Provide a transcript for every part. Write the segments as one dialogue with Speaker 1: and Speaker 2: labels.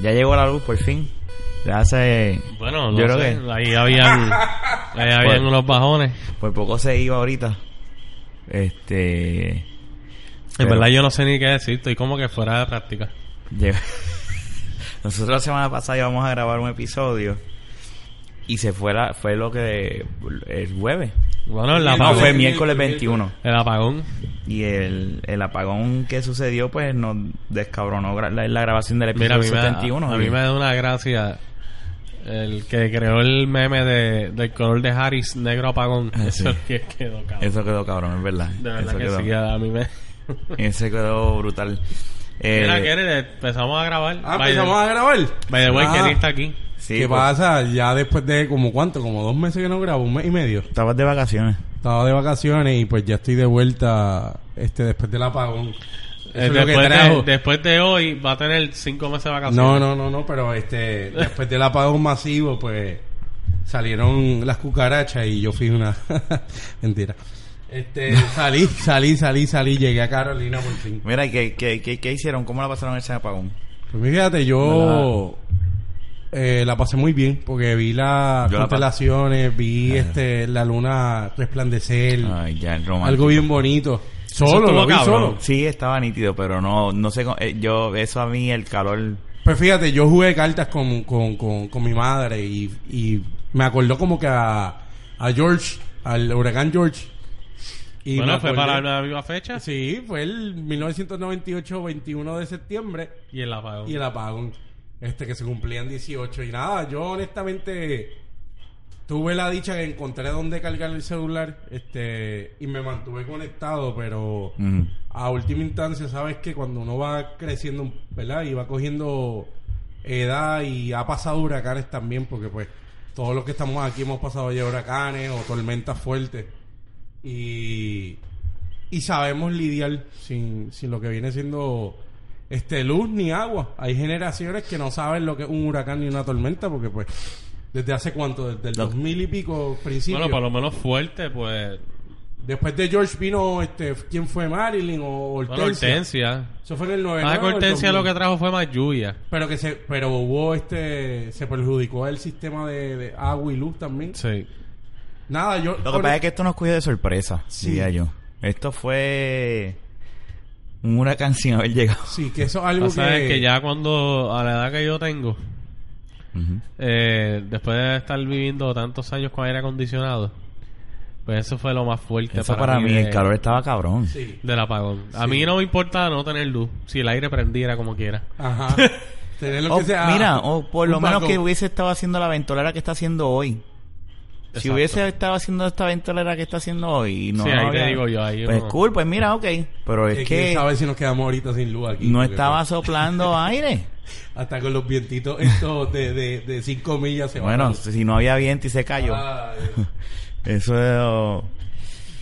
Speaker 1: Ya llegó la luz por fin. Ya hace.
Speaker 2: Bueno, no
Speaker 1: yo creo
Speaker 2: sé,
Speaker 1: que
Speaker 2: ahí habían, ahí habían
Speaker 1: Bueno.
Speaker 2: unos bajones.
Speaker 1: por poco se iba ahorita. Este.
Speaker 2: En
Speaker 1: Pero-
Speaker 2: verdad yo no sé ni qué decir, estoy como que fuera de práctica.
Speaker 1: Llega- Nosotros la semana pasada íbamos a grabar un episodio y se fue, la- fue lo que el jueves.
Speaker 2: Bueno, el
Speaker 1: No,
Speaker 2: apagón,
Speaker 1: fue miércoles 21.
Speaker 2: el apagón.
Speaker 1: Y el, el apagón que sucedió, pues nos descabronó gra- la, la grabación del
Speaker 2: Mira,
Speaker 1: episodio
Speaker 2: a mí, me da,
Speaker 1: 71.
Speaker 2: a mí me da una gracia el que creó el meme de, del color de Harris negro apagón.
Speaker 1: Ah,
Speaker 2: Eso
Speaker 1: sí.
Speaker 2: es que quedó
Speaker 3: Eh,
Speaker 2: cabrón.
Speaker 1: Eso quedó cabrón, es verdad.
Speaker 2: de verdad
Speaker 1: Eso
Speaker 2: que
Speaker 1: quedó,
Speaker 2: sí, a mí me...
Speaker 1: ese quedó brutal. Eh,
Speaker 2: Mira, Kenneth, empezamos a grabar.
Speaker 3: Ah,
Speaker 2: By the-
Speaker 3: empezamos a grabar.
Speaker 2: By the way,
Speaker 3: Ah,
Speaker 2: Kenneth está aquí.
Speaker 1: sí,
Speaker 3: ¿Qué
Speaker 1: pues,
Speaker 3: pasa? Ya después de como cuánto, como dos meses que no grabo, un mes y medio.
Speaker 1: Estabas de vacaciones.
Speaker 3: Estaba de vacaciones y pues ya estoy de vuelta este después del apagón. Eso
Speaker 2: Eh,
Speaker 3: es lo que
Speaker 2: después,
Speaker 3: trajo.
Speaker 2: de, después de hoy va a tener cinco meses de vacaciones.
Speaker 3: No, no, no, no, pero este después del apagón masivo pues salieron las cucarachas y yo fui una mentira. Este, salí, salí, salí, salí, llegué a Carolina por fin.
Speaker 1: Mira, ¿qué, qué, qué, qué hicieron? ¿Cómo la pasaron ese apagón?
Speaker 3: Pues fíjate, yo eh, la pasé muy bien porque vi las
Speaker 1: Yo la pa-
Speaker 3: constelaciones, vi este la luna resplandecer,
Speaker 1: Ay, ya, el romántico.
Speaker 3: algo bien bonito. Solo,
Speaker 2: estuvo
Speaker 3: lo vi
Speaker 2: cabrón.
Speaker 3: solo.
Speaker 1: Sí, estaba nítido, pero no, no sé, cómo- eh, yo, eso a mí el calor
Speaker 3: Pues fíjate, yo jugué cartas con, con, con, con mi madre y, y me acordó como que a, a George, al huracán George. Y
Speaker 2: bueno,
Speaker 3: me
Speaker 2: fue
Speaker 3: acordé-
Speaker 2: para la misma fecha
Speaker 3: Sí, fue el 1998, 21 de septiembre.
Speaker 2: y el apagón.
Speaker 3: y el apagón este que se cumplían 18 y nada yo honestamente tuve la dicha que encontré dónde cargar el celular este y me mantuve conectado pero
Speaker 1: mm,
Speaker 3: a última instancia sabes que cuando uno va creciendo verdad y va cogiendo edad y ha pasado huracanes también porque pues todos los que estamos aquí hemos pasado ya huracanes o tormentas fuertes y y sabemos lidiar sin, sin lo que viene siendo este luz ni agua. Hay generaciones que no saben lo que es un huracán ni una tormenta porque pues desde hace cuánto, desde el
Speaker 1: Lo-
Speaker 3: 2000 y pico principio.
Speaker 2: bueno, por lo menos fuerte, pues.
Speaker 3: Después de George vino este quién fue Marilyn o Hortensia.
Speaker 2: Bueno, Hortensia.
Speaker 3: Eso fue en el 99.
Speaker 2: Ah, que
Speaker 3: o el
Speaker 2: Hortensia
Speaker 3: 2000.
Speaker 2: lo que trajo fue más lluvia.
Speaker 3: pero que se pero hubo este se perjudicó el sistema de, de agua y luz también.
Speaker 2: Sí.
Speaker 3: Nada, yo
Speaker 1: Lo que pasa es que esto nos cogió de sorpresa,
Speaker 3: Sí.
Speaker 1: diría yo. Esto fue un huracán sin haber llegado.
Speaker 3: sí, que eso es algo
Speaker 2: Pasa
Speaker 3: que,
Speaker 2: es que ya cuando, a la edad que yo tengo, eh, después de estar viviendo tantos años con aire acondicionado, pues eso fue lo más fuerte
Speaker 1: Eso para mí,
Speaker 2: de-
Speaker 1: el calor estaba cabrón.
Speaker 3: eh. sí.
Speaker 2: del apagón. A mí no me importa no tener luz, si el aire prendiera como quiera.
Speaker 3: Ajá. Tener lo
Speaker 1: O-
Speaker 3: que sea.
Speaker 1: Oh, mira, o por
Speaker 3: un
Speaker 1: lo menos
Speaker 3: backup.
Speaker 1: que hubiese estado haciendo la ventolera que está haciendo hoy. Si
Speaker 2: Exacto.
Speaker 1: hubiese estado haciendo esta ventolera que está haciendo hoy, y no.
Speaker 2: Sí, ahí
Speaker 1: había-
Speaker 2: te digo yo, ahí
Speaker 1: Pues
Speaker 2: uno-
Speaker 1: cool, pues mira, ok. Pero
Speaker 3: Que
Speaker 1: es
Speaker 3: quién
Speaker 1: que
Speaker 3: sabe si nos quedamos ahorita sin luz aquí.
Speaker 1: no
Speaker 3: porque,
Speaker 1: estaba
Speaker 3: pues,
Speaker 1: soplando aire.
Speaker 3: hasta con los vientitos estos de, de, de cinco millas se van.
Speaker 1: Bueno, si no había viento y se cayó.
Speaker 3: Ah. Ay,
Speaker 1: Eso es.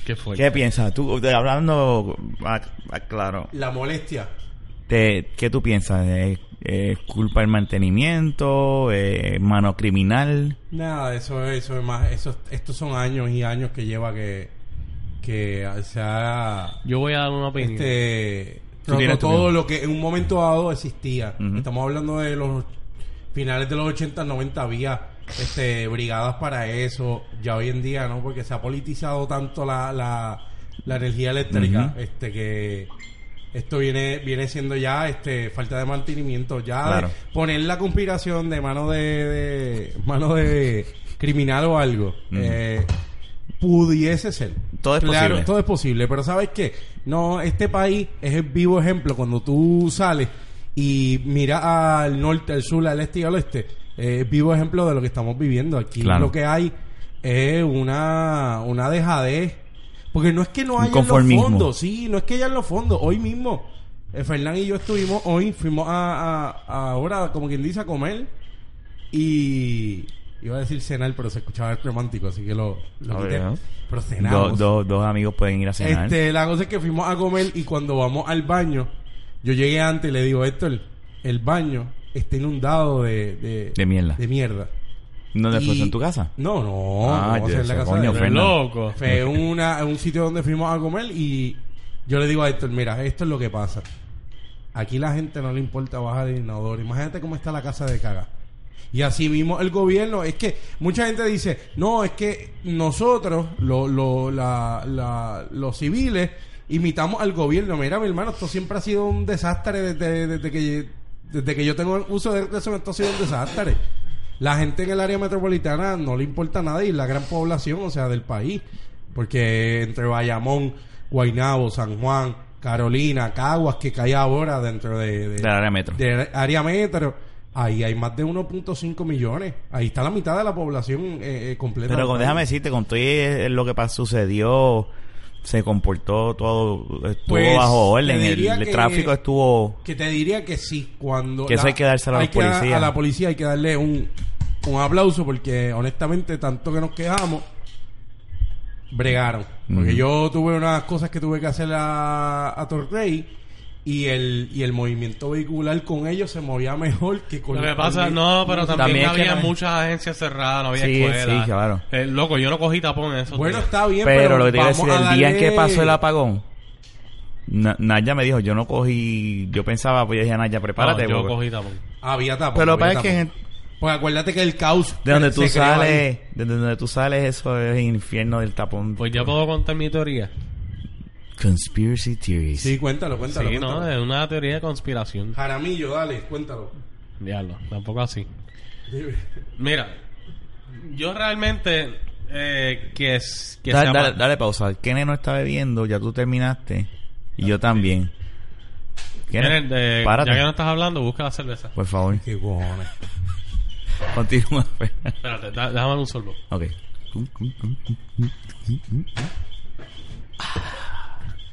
Speaker 2: Qué fuerte.
Speaker 1: ¿Qué piensas tú? de- Hablando, ah, ah, claro.
Speaker 3: la molestia.
Speaker 1: Te- ¿Qué tú piensas? ¿Es, es culpa del mantenimiento? ¿Es mano criminal?
Speaker 3: Nada, eso, eso es más. Eso, estos son años y años que lleva que. Que se ha.
Speaker 2: Yo voy a dar una opinión.
Speaker 3: Este,
Speaker 1: Tú tienes tu
Speaker 3: todo
Speaker 1: opinión.
Speaker 3: lo que en un momento dado existía.
Speaker 1: Ujú.
Speaker 3: Estamos hablando de los finales de los 80, 90 había este, brigadas para eso. Ya hoy en día, ¿no? Porque se ha politizado tanto la, la, la energía eléctrica
Speaker 1: Ujú.
Speaker 3: este que esto viene viene siendo ya este falta de mantenimiento ya
Speaker 1: Claro.
Speaker 3: de poner la conspiración de mano de, de- mano de criminal o algo
Speaker 1: Ujú.
Speaker 3: Eh, pudiese ser
Speaker 1: Todo es
Speaker 3: Claro,
Speaker 1: posible.
Speaker 3: todo es posible, pero ¿sabes qué? No, este país es el vivo ejemplo. Cuando tú sales y miras al norte, al sur, al este y al oeste, eh, es vivo ejemplo de lo que estamos viviendo. Aquí
Speaker 1: Claro.
Speaker 3: lo que hay es una, una dejadez. Porque no es que no
Speaker 1: Un
Speaker 3: haya en los
Speaker 1: conformismo.
Speaker 3: fondos, sí, no es que haya en los fondos. Hoy mismo, eh, Fernán y yo estuvimos hoy, fuimos a, a- a ahora, como quien dice, a comer y... Iba a decir cenar, pero se escuchaba romántico, así que lo, lo
Speaker 1: Ah,
Speaker 3: quité.
Speaker 1: bien.
Speaker 3: Pero
Speaker 1: Do-
Speaker 3: cenamos.
Speaker 1: do- dos amigos pueden ir a cenar.
Speaker 3: Este, la cosa es que fuimos a comer y cuando vamos al baño, yo llegué antes y le digo, Héctor, el baño está inundado de... De,
Speaker 1: De mierda.
Speaker 3: De mierda.
Speaker 1: ¿No les
Speaker 3: Y-
Speaker 1: puso en tu casa?
Speaker 3: No, no.
Speaker 1: Ah,
Speaker 3: no, o sea,
Speaker 1: ya
Speaker 3: en la
Speaker 1: sé,
Speaker 3: casa
Speaker 1: coño,
Speaker 3: de-
Speaker 1: Fernando.
Speaker 2: Loco.
Speaker 3: Fue una, un sitio donde fuimos a comer y yo le digo a Héctor, mira, esto es lo que pasa. Aquí la gente no le importa bajar el inodoro. Imagínate cómo está la casa de caga. Y así mismo el gobierno, es que mucha gente dice, no, es que nosotros, lo- lo- la- la- los civiles, imitamos al gobierno. Mira, mi hermano, esto siempre ha sido un desastre desde, desde que, desde que yo tengo uso de razón, esto ha sido un desastre. La gente en el área metropolitana no le importa nada y la gran población, o sea, del país. Porque entre Bayamón, Guaynabo, San Juan, Carolina, Caguas, que cae ahora dentro de, de-
Speaker 1: Del área metro.
Speaker 3: de área metro, ahí hay más de 1.5 millones. Ahí está la mitad de la población eh, eh, completa.
Speaker 1: Pero como, déjame decirte, con todo y, eh, lo que pas- sucedió, se comportó todo, estuvo
Speaker 3: Pues,
Speaker 1: bajo orden,
Speaker 3: te
Speaker 1: el,
Speaker 3: diría
Speaker 1: el
Speaker 3: que-
Speaker 1: tráfico estuvo...
Speaker 3: Que te diría que sí, cuando...
Speaker 1: Que eso hay que dárselo a
Speaker 3: hay
Speaker 1: los
Speaker 3: que dar-
Speaker 1: policías.
Speaker 3: A la policía hay que darle un, un aplauso porque honestamente tanto que nos quejamos, bregaron. Porque
Speaker 1: Ujú.
Speaker 3: yo tuve unas cosas que tuve que hacer a, a Torrey y el, y el movimiento vehicular con ellos se movía mejor que con
Speaker 2: Lo
Speaker 3: la
Speaker 2: que pasa, no, pero
Speaker 1: También
Speaker 2: también,
Speaker 1: es que
Speaker 2: había
Speaker 1: no hay-
Speaker 2: muchas agencias cerradas, no había
Speaker 1: Sí,
Speaker 2: escuelas.
Speaker 1: sí, claro.
Speaker 2: Eh, loco, yo no cogí tapón en esos
Speaker 3: Bueno,
Speaker 2: días.
Speaker 3: está bien,
Speaker 1: Pero,
Speaker 3: pero,
Speaker 1: lo que te iba a decir,
Speaker 3: vamos
Speaker 1: el día en que
Speaker 3: darle-
Speaker 1: pasó el apagón, Na- Naya me dijo, yo no cogí, yo pensaba, pues yo dije, Naya, prepárate.
Speaker 2: No, yo
Speaker 1: porque-
Speaker 2: cogí tapón.
Speaker 3: Ah, Había tapón.
Speaker 1: Pero lo que
Speaker 3: había
Speaker 1: pasa es que
Speaker 3: tapón. Pues acuérdate que el caos...
Speaker 1: de donde tú
Speaker 3: se creó ahí.
Speaker 1: sales, de donde tú sales, eso es el infierno del tapón.
Speaker 2: Pues ya puedo contar mi teoría.
Speaker 1: Conspiracy theories.
Speaker 3: Sí, cuéntalo, cuéntalo.
Speaker 2: sí,
Speaker 3: cuéntalo.
Speaker 2: no, es una teoría de conspiración.
Speaker 3: Jaramillo, dale, cuéntalo.
Speaker 2: Diablo, tampoco así.
Speaker 3: Dime.
Speaker 2: Mira, yo realmente eh, que, es- que
Speaker 1: Dale,
Speaker 2: sea
Speaker 1: dale,
Speaker 2: mal-
Speaker 1: dale pausa. Kenneth no está bebiendo, ya tú terminaste. Y yo también.
Speaker 2: Miren, eh,
Speaker 1: párate.
Speaker 2: ya que no estás hablando, busca la cerveza.
Speaker 1: Por favor,
Speaker 3: Qué cojones.
Speaker 1: continúa.
Speaker 2: Espérate, da- déjame dar un sorbo.
Speaker 1: ok.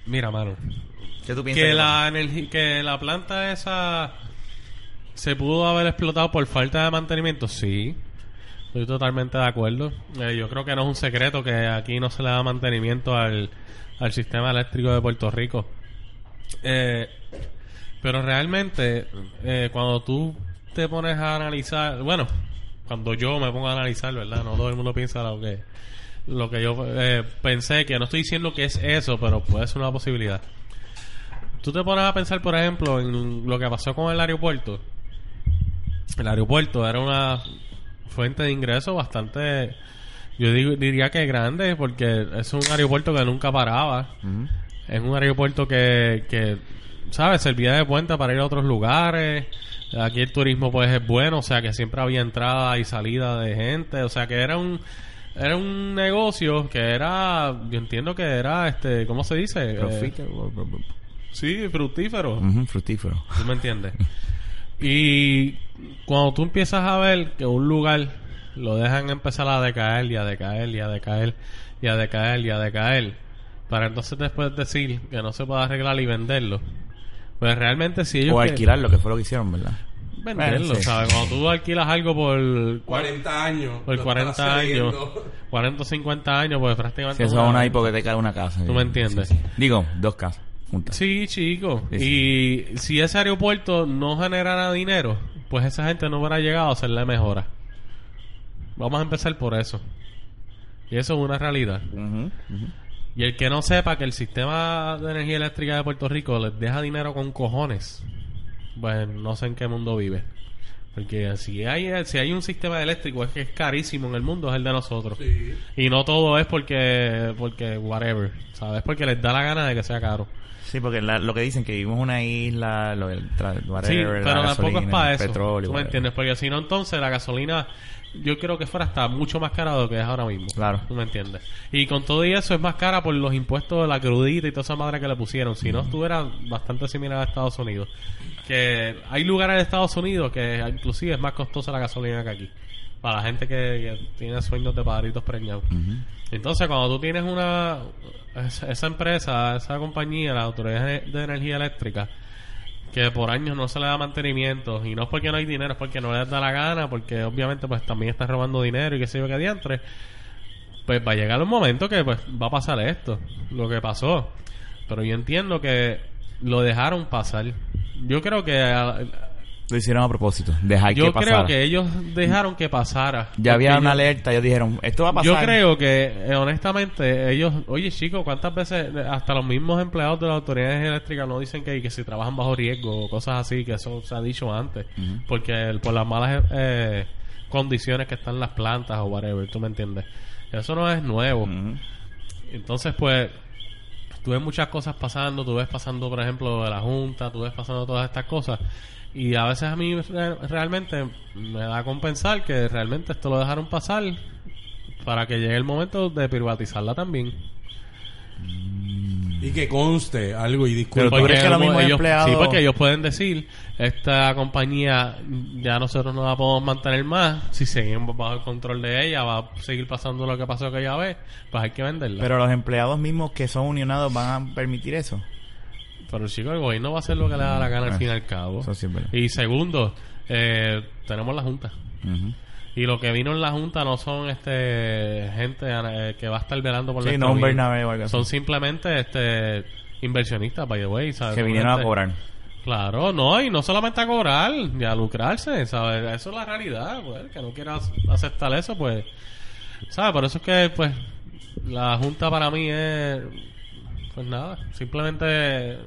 Speaker 2: Mira, mano.
Speaker 1: ¿Qué tú piensas?
Speaker 2: Que la, energi- que la planta esa se pudo haber explotado por falta de mantenimiento, sí. Estoy totalmente de acuerdo. Eh, yo creo que no es un secreto que aquí no se le da mantenimiento al, al sistema eléctrico de Puerto Rico. Eh, pero realmente, eh, cuando tú te pones a analizar, bueno, cuando yo me pongo a analizar, ¿verdad? No todo el mundo piensa lo que, lo que yo eh, pensé, que no estoy diciendo que es eso, pero puede ser una posibilidad. Tú te pones a pensar, por ejemplo, en lo que pasó con el aeropuerto. El aeropuerto era una fuente de ingreso bastante, yo digo- diría que grande, porque es un aeropuerto que nunca paraba. Es un aeropuerto que, que, ¿sabes? Servía de puente para ir a otros lugares. Aquí el turismo pues es bueno, o sea que siempre había entrada y salida de gente, o sea que era un era un negocio que era, yo entiendo que era este, ¿cómo se dice? Eh,
Speaker 1: Fructífero.
Speaker 2: sí, fructífero.
Speaker 1: Ujú, fructífero.
Speaker 2: ¿Tú me entiendes? Y cuando tú empiezas a ver que un lugar lo dejan empezar a decaer y a decaer y a decaer y a decaer y a decaer, para entonces después decir que no se puede arreglar y venderlo. Pues realmente si ellos...
Speaker 1: O
Speaker 2: que-
Speaker 1: alquilarlo, que fue lo que hicieron, ¿verdad?
Speaker 2: Venderlo,
Speaker 1: Bueno, sí.
Speaker 2: ¿sabes? Cuando tú alquilas algo por...
Speaker 3: 40 años.
Speaker 2: Por
Speaker 3: lo
Speaker 2: 40
Speaker 3: estás
Speaker 2: años,
Speaker 3: haciendo.
Speaker 2: 40 o 50 años, pues prácticamente...
Speaker 1: Si eso
Speaker 2: una-
Speaker 1: es una hipoteca de una casa.
Speaker 2: Tú me entiendes.
Speaker 1: Sí, sí. Digo, dos casas juntas.
Speaker 2: Sí, chico.
Speaker 1: Sí,
Speaker 2: Y si ese aeropuerto no generara dinero, pues esa gente no hubiera llegado a hacer la mejora. Vamos a empezar por eso. Y eso es una realidad.
Speaker 1: Ujú, ujú.
Speaker 2: Y el que no sepa que el sistema de energía eléctrica de Puerto Rico les deja dinero con cojones, pues no sé en qué mundo vive. Porque si hay, si hay un sistema eléctrico es que es carísimo en el mundo, es el de nosotros.
Speaker 3: Sí.
Speaker 2: Y no todo es porque, porque whatever, ¿sabes? Porque les da la gana de que sea caro.
Speaker 1: Sí, porque la- lo que dicen que vivimos en una isla, lo del tra-
Speaker 2: Sí,
Speaker 1: whatever, la
Speaker 2: pero tampoco es
Speaker 1: gasolina,
Speaker 2: para
Speaker 1: el
Speaker 2: eso.
Speaker 1: petróleo,
Speaker 2: ¿Tú me
Speaker 1: whatever.
Speaker 2: entiendes? Porque si no, entonces la gasolina yo creo que fuera hasta mucho más cara de lo que es ahora mismo.
Speaker 1: Claro.
Speaker 2: ¿Tú me entiendes? Y con todo y eso es más cara por los impuestos de la crudita y toda esa madre que le pusieron. Si no, estuviera bastante similar a Estados Unidos. Que hay lugares de Estados Unidos que inclusive es más costosa la gasolina que aquí. Para la gente que, que tiene sueños de padritos preñados.
Speaker 1: Ujú.
Speaker 2: Entonces, cuando tú tienes una esa esa empresa, esa compañía, la Autoridad de Energía Eléctrica, que por años no se le da mantenimiento, y no es porque no hay dinero, es porque no les da la gana, porque obviamente pues también están robando dinero y qué sé yo qué diantre, pues va a llegar un momento que pues va a pasar esto, lo que pasó. Pero yo entiendo que lo dejaron pasar. Yo creo que ah,
Speaker 1: Lo hicieron a propósito. Dejar
Speaker 2: Yo
Speaker 1: que pasara.
Speaker 2: creo que ellos dejaron que pasara.
Speaker 1: Ya había
Speaker 2: Porque
Speaker 1: una
Speaker 2: yo-
Speaker 1: alerta. Ellos dijeron, esto va a pasar.
Speaker 2: Yo creo que, eh, honestamente, ellos... Oye, chicos, ¿cuántas veces eh, hasta los mismos empleados de las autoridades eléctricas no dicen que, que si trabajan bajo riesgo o cosas así? Que eso se ha dicho antes. Porque el- por las malas eh, condiciones que están las plantas o whatever, ¿tú me entiendes? Eso no es nuevo.
Speaker 1: Ujú.
Speaker 2: Entonces, pues, tú ves muchas cosas pasando, tú ves pasando, por ejemplo, de la Junta, tú ves pasando todas estas cosas. Y a veces a mí re- realmente me da con pensar que realmente esto lo dejaron pasar para que llegue el momento de privatizarla también.
Speaker 3: Y que conste algo y
Speaker 1: Pero tú
Speaker 3: disculpa.
Speaker 1: crees que los
Speaker 2: ellos-
Speaker 1: mismos
Speaker 2: ellos-
Speaker 1: empleados-
Speaker 2: Sí, porque ellos pueden decir, esta compañía ya nosotros no la podemos mantener más, si seguimos bajo el control de ella, va a seguir pasando lo que pasó aquella vez, pues hay que venderla.
Speaker 1: Pero los empleados mismos que son unionados van a permitir eso.
Speaker 2: Pero chico, el gobierno va a hacer lo que le da la gana al fin y al cabo.
Speaker 1: Ah, Eso sí es verdad.
Speaker 2: Y segundo, eh, tenemos la Junta.
Speaker 1: Ujú.
Speaker 2: Y lo que vino en la Junta no son este gente eh, que va a estar velando por
Speaker 1: Sí,
Speaker 2: nuestro
Speaker 1: no un
Speaker 2: bien.
Speaker 1: Bernabé o algo así.
Speaker 2: Son simplemente este inversionistas, by the way. ¿sabes?
Speaker 1: Que
Speaker 2: Son
Speaker 1: vinieron a
Speaker 2: gente-
Speaker 1: cobrar.
Speaker 2: Claro, no, y no solamente a cobrar, y a lucrarse, ¿sabes? Eso es la realidad, pues, el que no quiera aceptar eso, pues, ¿sabes? Por eso es que, pues, la junta para mí es, pues nada, simplemente...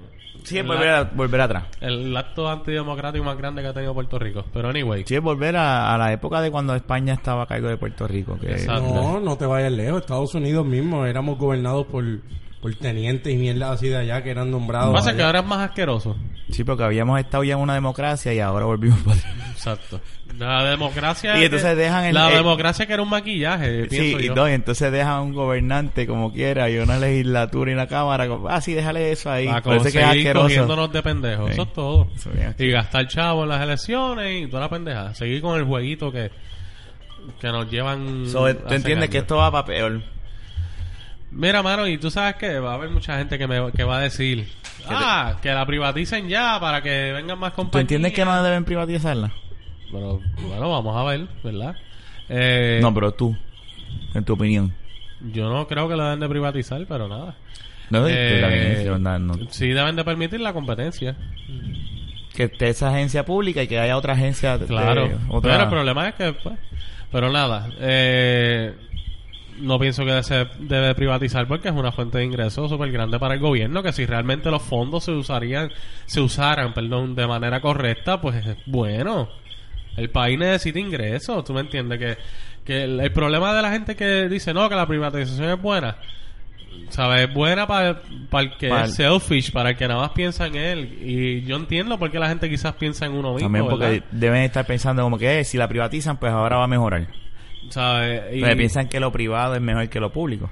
Speaker 1: Sí, pues, es
Speaker 2: el
Speaker 1: volver, a- volver atrás.
Speaker 2: act- El acto antidemocrático más grande que ha tenido Puerto Rico. Pero anyway,
Speaker 1: Sí, es volver a, a la época de cuando España estaba a cargo de Puerto Rico. Que
Speaker 2: Exacto.
Speaker 3: No, no te vayas lejos. Estados Unidos mismo éramos gobernados por, por tenientes y mierda así de allá que eran
Speaker 2: lo que
Speaker 3: nombrados.
Speaker 2: pasa es que
Speaker 3: allá.
Speaker 2: ahora es más asqueroso.
Speaker 1: Sí, porque habíamos estado ya en una democracia y ahora volvimos para atrás.
Speaker 2: Exacto. La democracia...
Speaker 1: Y
Speaker 2: que-
Speaker 1: entonces dejan el-
Speaker 2: La
Speaker 1: el-
Speaker 2: democracia que era un maquillaje,
Speaker 1: Sí,
Speaker 2: pienso
Speaker 1: y,
Speaker 2: yo.
Speaker 1: no, y entonces deja a un gobernante como quiera y una legislatura y una cámara. como, ah, sí, déjale eso ahí.
Speaker 2: A
Speaker 1: Parece que es
Speaker 2: conseguir
Speaker 1: asqueroso.
Speaker 2: cogiéndonos de pendejos.
Speaker 1: Sí.
Speaker 2: Eso es todo.
Speaker 1: Eso es bien asqueroso.
Speaker 2: Y gastar chavo en las elecciones y toda la pendeja. Seguir con el jueguito que, que nos llevan.
Speaker 1: So, ¿Tú
Speaker 2: hace
Speaker 1: entiendes
Speaker 2: años.
Speaker 1: que esto va para peor?
Speaker 2: Mira, mano, y tú sabes que va a haber mucha gente que, me, que va a decir: Ah, que la privaticen ya para que vengan más compañías.
Speaker 1: ¿Tú entiendes que no deben privatizarla?
Speaker 2: Pero, bueno, vamos a ver, ¿verdad? Eh,
Speaker 1: No, pero tú, en tu opinión.
Speaker 2: Yo no creo que la deben de privatizar, pero nada.
Speaker 1: No, que,
Speaker 2: Eh,
Speaker 1: también, yo, no, no.
Speaker 2: Sí deben de permitir la competencia.
Speaker 1: que esté esa agencia pública y que haya otra agencia. de-
Speaker 2: Claro.
Speaker 1: de-
Speaker 2: Pero
Speaker 1: Este, otra-
Speaker 2: el problema es que, pues, pero nada, eh, no pienso que se debe privatizar porque es una fuente de ingresos súper grande para el gobierno, que si realmente los fondos se usarían, se usaran, perdón, de manera correcta, pues bueno, el país necesita ingresos, ¿tú me entiendes? Que, que el, el problema de la gente que dice, no, que la privatización es buena, ¿sabes? Es buena para el que
Speaker 1: Pa'l-
Speaker 2: es selfish, para el que nada más piensa en él. Y yo entiendo por qué la gente quizás piensa en uno mismo.
Speaker 1: También porque
Speaker 2: ¿verdad?
Speaker 1: deben estar pensando como que eh, si la privatizan, pues ahora va a mejorar.
Speaker 2: ¿sabes? Y-
Speaker 1: Pero piensan que lo privado es mejor que lo público.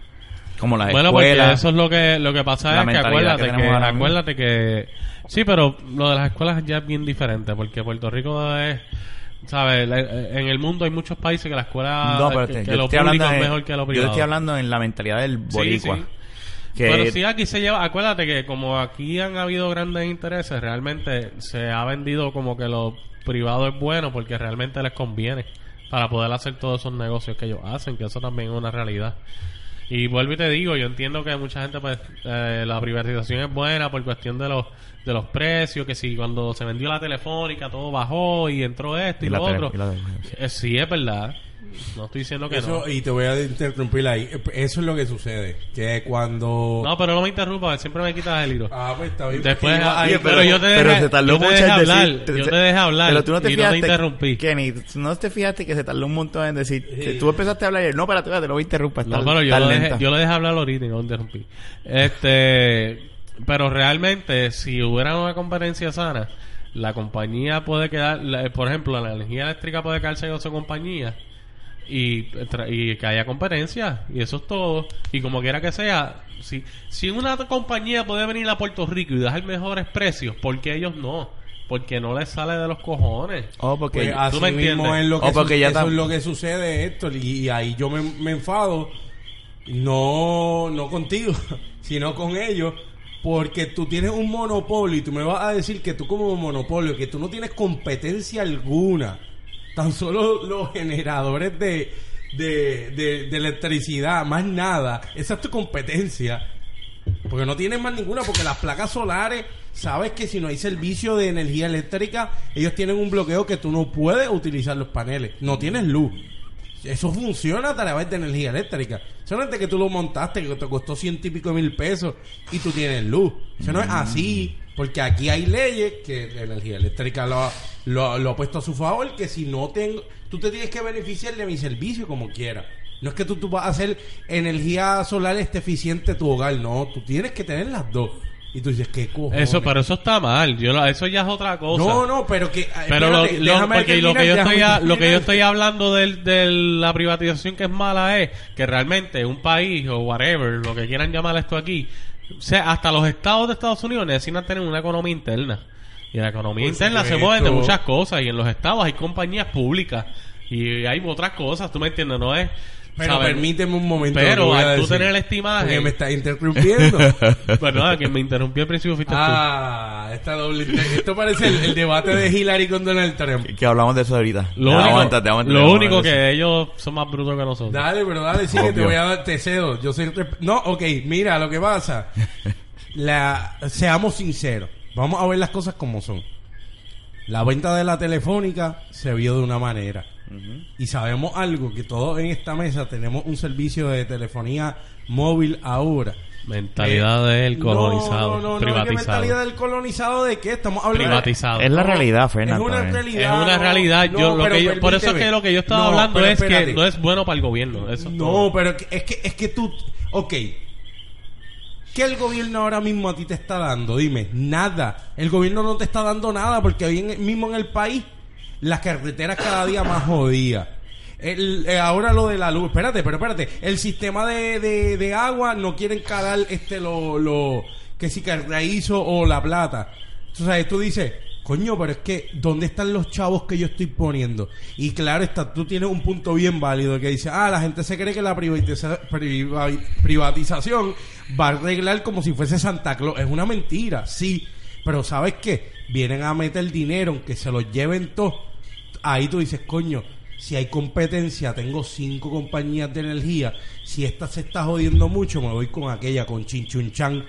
Speaker 1: Como las
Speaker 2: bueno, porque
Speaker 1: escuelas.
Speaker 2: eso es lo que, lo que pasa
Speaker 1: la
Speaker 2: es que
Speaker 1: mentalidad que
Speaker 2: acuérdate que,
Speaker 1: tenemos ahora mismo.
Speaker 2: acuérdate que... Sí, pero lo de las escuelas ya es bien diferente, porque Puerto Rico es... ¿Sabes? La- En el mundo hay muchos países que la escuela...
Speaker 1: No, pero
Speaker 2: que,
Speaker 1: te-
Speaker 2: que
Speaker 1: yo
Speaker 2: lo
Speaker 1: estoy hablando
Speaker 2: público es
Speaker 1: de-
Speaker 2: mejor que lo
Speaker 1: Yo te
Speaker 2: privado.
Speaker 1: estoy hablando en la mentalidad del
Speaker 2: Sí,
Speaker 1: boricua.
Speaker 2: sí.
Speaker 1: Que
Speaker 2: Pero sí, aquí se lleva... Acuérdate que como aquí han habido grandes intereses, realmente se ha vendido como que lo privado es bueno porque realmente les conviene para poder hacer todos esos negocios que ellos hacen, que eso también es una realidad. Y vuelvo y te digo, yo entiendo que mucha gente, pues, eh, la privatización es buena por cuestión de los de los precios, que si cuando se vendió la telefónica todo bajó y entró esto y,
Speaker 1: Y la
Speaker 2: lo
Speaker 1: tele-
Speaker 2: otro.
Speaker 1: y la-
Speaker 2: Eh, sí, es verdad. No estoy diciendo que
Speaker 3: Eso,
Speaker 2: no.
Speaker 3: y te voy a interrumpir ahí. Eso es lo que sucede. Que cuando.
Speaker 2: No, pero no me interrumpas, siempre me quitas el hilo.
Speaker 3: Ah, pues está bien.
Speaker 2: Después,
Speaker 3: Igual-
Speaker 2: ay,
Speaker 1: Oye,
Speaker 2: pero, yo te dejé,
Speaker 1: pero se tardó
Speaker 2: yo te
Speaker 1: mucho
Speaker 2: dejé
Speaker 1: en decir-
Speaker 2: hablar,
Speaker 1: te-
Speaker 2: yo te dejé hablar
Speaker 1: Pero tú no te
Speaker 2: y
Speaker 1: fijaste,
Speaker 2: no te interrumpí.
Speaker 1: Kenny, tú no te fijaste que se tardó un montón en decir. que Tú empezaste a hablar y él, no, espérate, espérate, no voy a interrumpir.
Speaker 2: No, pero yo, lo dejé, yo lo dejé hablar ahorita y no lo interrumpí. Este, pero realmente, si hubiera una competencia sana, la compañía puede quedar, la- por ejemplo, la energía eléctrica puede quedarse en su compañía y, tra- y que haya competencia y eso es todo. Y como quiera que sea, si, si una compañía puede venir a Puerto Rico y dejar mejores precios, ¿por qué ellos no? Porque no les sale de los cojones.
Speaker 1: Oh, porque.
Speaker 3: Pues, así
Speaker 2: me entiendes.
Speaker 3: mismo es lo que,
Speaker 1: O porque
Speaker 3: su-
Speaker 1: ya
Speaker 3: eso
Speaker 1: tam-
Speaker 3: es lo que sucede, Héctor. Y, y ahí yo me, me enfado. No, no contigo, sino con ellos. Porque tú tienes un monopolio y tú me vas a decir que tú como monopolio, que tú no tienes competencia alguna. Tan solo los generadores de, de, de, de electricidad, más nada. Esa es tu competencia. Porque no tienes más ninguna, porque las placas solares sabes que si no hay servicio de energía eléctrica, ellos tienen un bloqueo que tú no puedes utilizar los paneles. No tienes luz. Eso funciona a través de energía eléctrica. Solamente que tú lo montaste, que te costó ciento y pico mil pesos y tú tienes luz. Eso
Speaker 2: Mm.
Speaker 3: no es así, porque aquí hay leyes que la energía eléctrica lo ha, lo, ha- lo ha puesto a su favor, que si no tengo, tú te tienes que beneficiar de mi servicio como quieras. No es que tú, tú vas a hacer energía solar este eficiente tu hogar, no, tú tienes que tener las dos. Y tú dices, ¿qué cojones?
Speaker 2: Eso, pero eso está mal. Yo lo- eso ya es otra cosa.
Speaker 3: No, no, pero que... eh,
Speaker 2: Pero lo,
Speaker 3: espérate,
Speaker 2: lo-
Speaker 3: déjame
Speaker 2: porque lo
Speaker 3: terminar,
Speaker 2: que yo
Speaker 3: déjame
Speaker 2: estoy a- lo que yo
Speaker 3: terminar.
Speaker 2: estoy hablando del- de, la privatización que es mala es que realmente un país o whatever, lo que quieran llamar esto aquí, o sea, hasta los estados de Estados Unidos necesitan tener una economía interna. Y la economía
Speaker 3: Por
Speaker 2: interna se
Speaker 3: supuesto.
Speaker 2: mueve de muchas cosas y en los estados hay compañías públicas y hay otras cosas, tú me entiendes, no es
Speaker 3: Pero
Speaker 2: ¿sabes?
Speaker 3: permíteme un momento.
Speaker 2: Pero
Speaker 3: lo voy a
Speaker 2: al tú
Speaker 3: decir.
Speaker 2: tener eh. esta imagen-
Speaker 3: Porque me estás interrumpiendo.
Speaker 2: Perdón, Pues que me interrumpió al principio fuiste tú.
Speaker 3: ah, esta doble. inter- Esto parece el, el debate de Hillary con Donald Trump.
Speaker 1: Que hablamos de eso ahorita.
Speaker 2: Lo
Speaker 1: Ya,
Speaker 2: único,
Speaker 1: aguántate, aguántate,
Speaker 2: lo
Speaker 1: vamos a
Speaker 2: único
Speaker 1: hablar de eso.
Speaker 2: que ellos son más brutos que nosotros.
Speaker 3: Dale, pero dale, sí, que te
Speaker 1: Obvio.
Speaker 3: voy a dar, te cedo. Yo soy. rep- No, ok, mira lo que pasa. La, seamos sinceros. Vamos a ver las cosas como son. La venta de la telefónica se vio de una manera. Y sabemos algo, que todos en esta mesa tenemos un servicio de telefonía móvil ahora.
Speaker 2: Mentalidad del colonizado,
Speaker 3: Eh, No, no, no, ¿qué
Speaker 2: privatizado.
Speaker 3: mentalidad del colonizado de qué? Estamos hablando
Speaker 2: privatizado.
Speaker 1: Es la realidad,
Speaker 3: de... Es
Speaker 1: Fernan.
Speaker 3: una
Speaker 1: también.
Speaker 3: realidad.
Speaker 2: Es una
Speaker 3: no,
Speaker 2: realidad.
Speaker 3: no,
Speaker 2: yo, lo
Speaker 3: pero
Speaker 2: que yo- por eso es
Speaker 3: permíteme.
Speaker 2: que lo que yo estaba
Speaker 3: No,
Speaker 2: hablando
Speaker 3: pero
Speaker 2: es que
Speaker 3: espérate.
Speaker 2: no es bueno para el gobierno. Eso es
Speaker 3: No,
Speaker 2: todo.
Speaker 3: pero que- es que, es que tú... Ok. ¿Qué el gobierno ahora mismo a ti te está dando? Dime, nada. El gobierno no te está dando nada porque hoy en- mismo en el país las carreteras cada día más jodidas. El- eh, ahora lo de la luz, espérate, pero espérate. El sistema de, de- de agua no quieren calar este lo, lo que si carraízo o la plata. Tú sabes, tú dices, coño, pero es que ¿dónde están los chavos que yo estoy poniendo? Y claro, está, tú tienes un punto bien válido que dice, ah, la gente se cree que la privatiza- priva- privatización va a arreglar como si fuese Santa Claus. Es una mentira, sí. Pero ¿sabes qué? Vienen a meter dinero, aunque se los lleven todos. Ahí tú dices, coño, si hay competencia, tengo cinco compañías de energía. Si esta se está jodiendo mucho, me voy con aquella, con Chinchunchan.